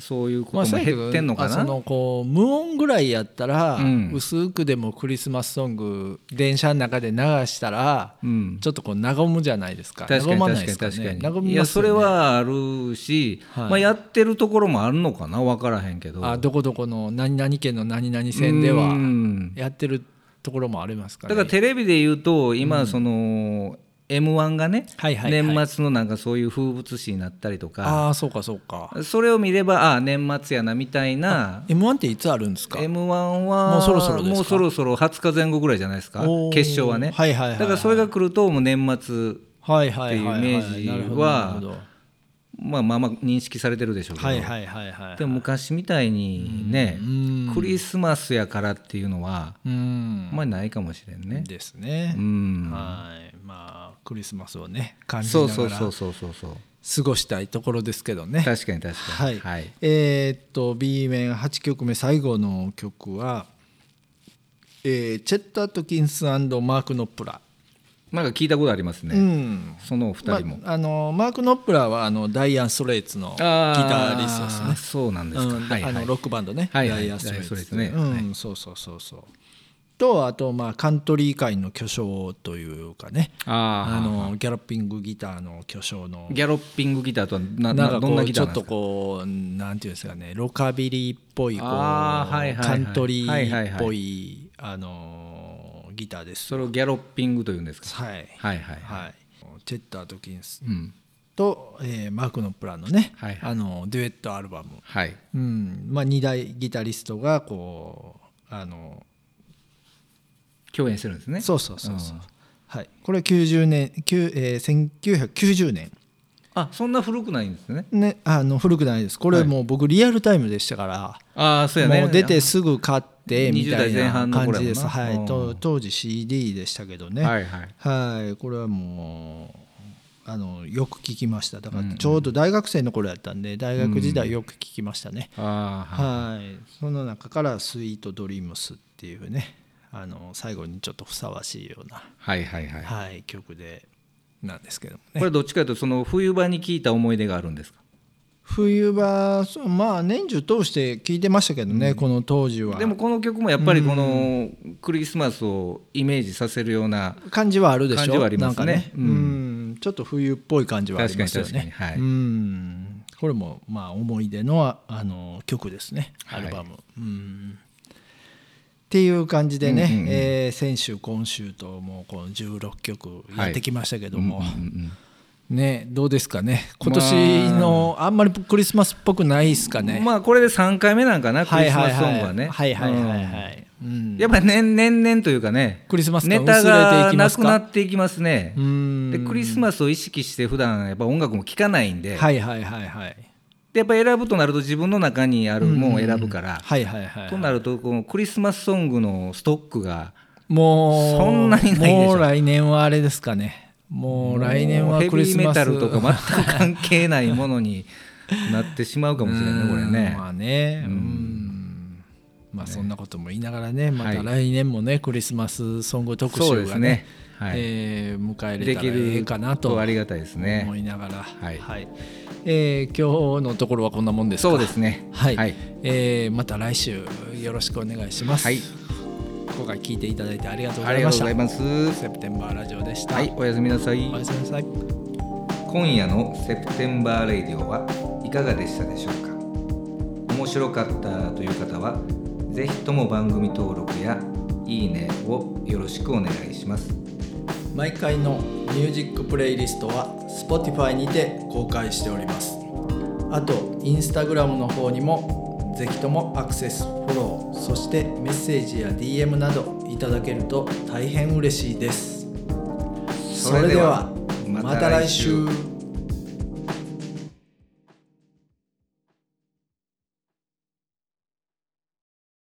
Speaker 2: そういうこと
Speaker 1: まあ
Speaker 2: も
Speaker 1: そうやけど
Speaker 2: 減ってんのか
Speaker 1: あそ
Speaker 2: な、
Speaker 1: のこう無音ぐらいやったら、
Speaker 2: うん
Speaker 1: 薄くでもクリスマスソング電車の中で流したら、
Speaker 2: うん
Speaker 1: ちょっとこう和むじゃないですか
Speaker 2: 確か
Speaker 1: 和
Speaker 2: に
Speaker 1: まな
Speaker 2: 確
Speaker 1: いで
Speaker 2: かに
Speaker 1: すか、ね、
Speaker 2: 確かに、
Speaker 1: 和みますよね
Speaker 2: いやそれはあるし、
Speaker 1: はい
Speaker 2: まあ、やってるところもあるのかな分からへんけど
Speaker 1: あどこどこの何々県の何々線で
Speaker 2: う
Speaker 1: は
Speaker 2: ん
Speaker 1: やってるところもありますから、
Speaker 2: だ
Speaker 1: ね、
Speaker 2: からテレビで言うと今その m 1がね
Speaker 1: はいはいはい
Speaker 2: 年末のなんかそういう風物詩になったりとか
Speaker 1: ああそうかそうか
Speaker 2: それを見ればああ年末やなみたいな
Speaker 1: m 1っていつあるんですか
Speaker 2: m 1は
Speaker 1: もうそろそろですか
Speaker 2: もうそろそろ20日前後ぐらいじゃないですか
Speaker 1: おー
Speaker 2: 決勝はね
Speaker 1: はいはいはいは
Speaker 2: だ
Speaker 1: い
Speaker 2: からそれが来るともう年末
Speaker 1: はいはい
Speaker 2: っ
Speaker 1: は
Speaker 2: ていう
Speaker 1: い
Speaker 2: イメ
Speaker 1: は
Speaker 2: ー
Speaker 1: い
Speaker 2: ジ
Speaker 1: な
Speaker 2: は
Speaker 1: るほどなるほど
Speaker 2: まあまあまあ認識されてるでしょうけど
Speaker 1: はいはいはいはい
Speaker 2: でも昔みたいにね
Speaker 1: うん
Speaker 2: クリスマスやからっていうのは
Speaker 1: うん
Speaker 2: あんまりないかもしれんね
Speaker 1: ですね、
Speaker 2: うん
Speaker 1: はいまあクリスマスをね感じな
Speaker 2: そ
Speaker 1: が
Speaker 2: う
Speaker 1: ら
Speaker 2: そうそうそうそうそう
Speaker 1: 過ごしたいところですけどね。
Speaker 2: 確かに確か
Speaker 1: は
Speaker 2: に
Speaker 1: い、えーっと B 面8曲目最後の曲は、えーチェット・アトキンスマーク・ノップラ、
Speaker 2: なんか聞いたことありますね、
Speaker 1: うん
Speaker 2: そのお二人も。
Speaker 1: まあのマーク・ノップラはあのダイアン・ストレイツのギタ
Speaker 2: あー
Speaker 1: リストですね。
Speaker 2: そうなんですか。
Speaker 1: うん
Speaker 2: はいはい
Speaker 1: あのロックバンドね、
Speaker 2: はいはい
Speaker 1: ダイアンストレイツ
Speaker 2: ダイアンストレイツ
Speaker 1: う
Speaker 2: ね
Speaker 1: んそうそうそうそうとあとまあカントリー界の巨匠というかねあ
Speaker 2: あー
Speaker 1: のギャロッピングギターの巨匠の
Speaker 2: ギャロッピングギターとはな
Speaker 1: な
Speaker 2: な
Speaker 1: か
Speaker 2: んど
Speaker 1: こ
Speaker 2: んな
Speaker 1: う
Speaker 2: ギ
Speaker 1: ち
Speaker 2: タ
Speaker 1: ょっ
Speaker 2: ーなんで
Speaker 1: と
Speaker 2: すか
Speaker 1: こうなんていうんですかねロカビリーっぽいこう
Speaker 2: あーはいはいはい
Speaker 1: カントリ
Speaker 2: はいはい
Speaker 1: ー
Speaker 2: は
Speaker 1: っ
Speaker 2: い
Speaker 1: ぽいあのーギターです
Speaker 2: それをギャロッピングというんですか。
Speaker 1: はい
Speaker 2: はいはいはい。
Speaker 1: はいチェッター・ドキンス
Speaker 2: うん
Speaker 1: と、えーマーク・ノプラのね、
Speaker 2: はいはい
Speaker 1: あのデュエットアルバム、
Speaker 2: はい
Speaker 1: うんまあ、2大ギタリストがこうあの
Speaker 2: 共演してるんですね。
Speaker 1: そうそうそうそう、
Speaker 2: ん
Speaker 1: はい、これ90年、きゅうえー、1990年
Speaker 2: あそんな古くないんですね。
Speaker 1: ねあの古くないですこれもう僕リアルタイムでしたから、
Speaker 2: ああそうやね。
Speaker 1: もう出てすぐ買ってみたい
Speaker 2: 20代前
Speaker 1: な
Speaker 2: 半の
Speaker 1: 感
Speaker 2: 頃
Speaker 1: じ
Speaker 2: やもんな
Speaker 1: です、は
Speaker 2: う
Speaker 1: い、
Speaker 2: ん
Speaker 1: と当時 CD でしたけどね、
Speaker 2: はいはい
Speaker 1: はい、これはもうあのよく聞きましただからちょうど大学生の頃やったんで大学時代よく聞きましたね、
Speaker 2: あ
Speaker 1: はいその中から「スイートドリームス」っていうねあの最後にちょっとふさわしいような、
Speaker 2: ーはいはいはい、
Speaker 1: はい、曲でなんですけども
Speaker 2: こ
Speaker 1: ね
Speaker 2: れどっちかというとその冬場に聞いた思い出があるんですか
Speaker 1: 冬場そうまあ年中通して聞いてましたけどね、この当時は
Speaker 2: でもこの曲もやっぱりこのクリスマスをイメージさせるような
Speaker 1: 感じはあるでしょ
Speaker 2: 感じはありま
Speaker 1: なん
Speaker 2: すね
Speaker 1: かね、う
Speaker 2: うんん
Speaker 1: ちょっと冬っぽい感じはありますよね
Speaker 2: 確かに確かにはい
Speaker 1: うんこれもまあ思い出のああの曲ですねア
Speaker 2: はい
Speaker 1: ルバム、うんっていう感じでね、
Speaker 2: うんうんうん
Speaker 1: えー先週今週ともうこの16曲やってきましたけども、ねどうですかね今年のあんまりクリスマスっぽくないですかね、
Speaker 2: まあこれで3回目なんかなク
Speaker 1: は
Speaker 2: リ
Speaker 1: い
Speaker 2: ス
Speaker 1: は
Speaker 2: マ
Speaker 1: い
Speaker 2: スソングはね
Speaker 1: はいはいはいはい
Speaker 2: うん
Speaker 1: はい、うん
Speaker 2: やっぱり年年々というかね
Speaker 1: クリスマス感
Speaker 2: ネタ
Speaker 1: 薄れてい
Speaker 2: が
Speaker 1: きま
Speaker 2: な
Speaker 1: す
Speaker 2: く
Speaker 1: か
Speaker 2: なっていきますね
Speaker 1: うん
Speaker 2: でクリスマスを意識して普段やっぱ音楽も聴かないんで,、
Speaker 1: はいはいはいはい
Speaker 2: でやっぱ選ぶとなると自分の中にあるものを選ぶから、
Speaker 1: はいはいはいはい
Speaker 2: となるとこのクリスマスソングのストックが
Speaker 1: もう
Speaker 2: そんなにないでしょ
Speaker 1: もう来年はあれですかねもう来年は
Speaker 2: ヘ
Speaker 1: ク
Speaker 2: ビ
Speaker 1: リス
Speaker 2: ー
Speaker 1: マ
Speaker 2: メ
Speaker 1: ス
Speaker 2: タルとか全く関係ないものになってしまうかもしれないねこれ
Speaker 1: うん
Speaker 2: ね。
Speaker 1: まあねうんまあそんなことも言いながらねま
Speaker 2: は
Speaker 1: た
Speaker 2: い
Speaker 1: 来年もねクリスマスソング特
Speaker 2: そう
Speaker 1: 集
Speaker 2: です
Speaker 1: が
Speaker 2: ね
Speaker 1: ね、
Speaker 2: はい
Speaker 1: えー迎えれ
Speaker 2: で
Speaker 1: た
Speaker 2: き
Speaker 1: らええ
Speaker 2: る
Speaker 1: かなと
Speaker 2: ありがたいです
Speaker 1: 思
Speaker 2: ね。
Speaker 1: いながら
Speaker 2: はい
Speaker 1: はいえー今日のところはこんなもんですか
Speaker 2: そうですね。
Speaker 1: はい、
Speaker 2: はい
Speaker 1: えーまた来週よろしくお願いします、
Speaker 2: はい
Speaker 1: 今回聞いていただいてありがとうご
Speaker 2: あ
Speaker 1: ざ
Speaker 2: り
Speaker 1: い
Speaker 2: が
Speaker 1: ま
Speaker 2: とう
Speaker 1: した
Speaker 2: ございます。
Speaker 1: セプテンバーラジオでした、
Speaker 2: はい、おやすみなさい。
Speaker 1: おやすみなさい
Speaker 2: 今夜のセプテンバーレイディオはいかがでしたでしょうか面白かったという方はぜひとも番組登録やいいねをよろしくお願いします
Speaker 3: 毎回のミュージックプレイリストは Spotify にて公開しておりますあと Instagram の方にもぜひともアクセスフォローそしてメッセージや DM などいただけると大変嬉しいですそれではまた来週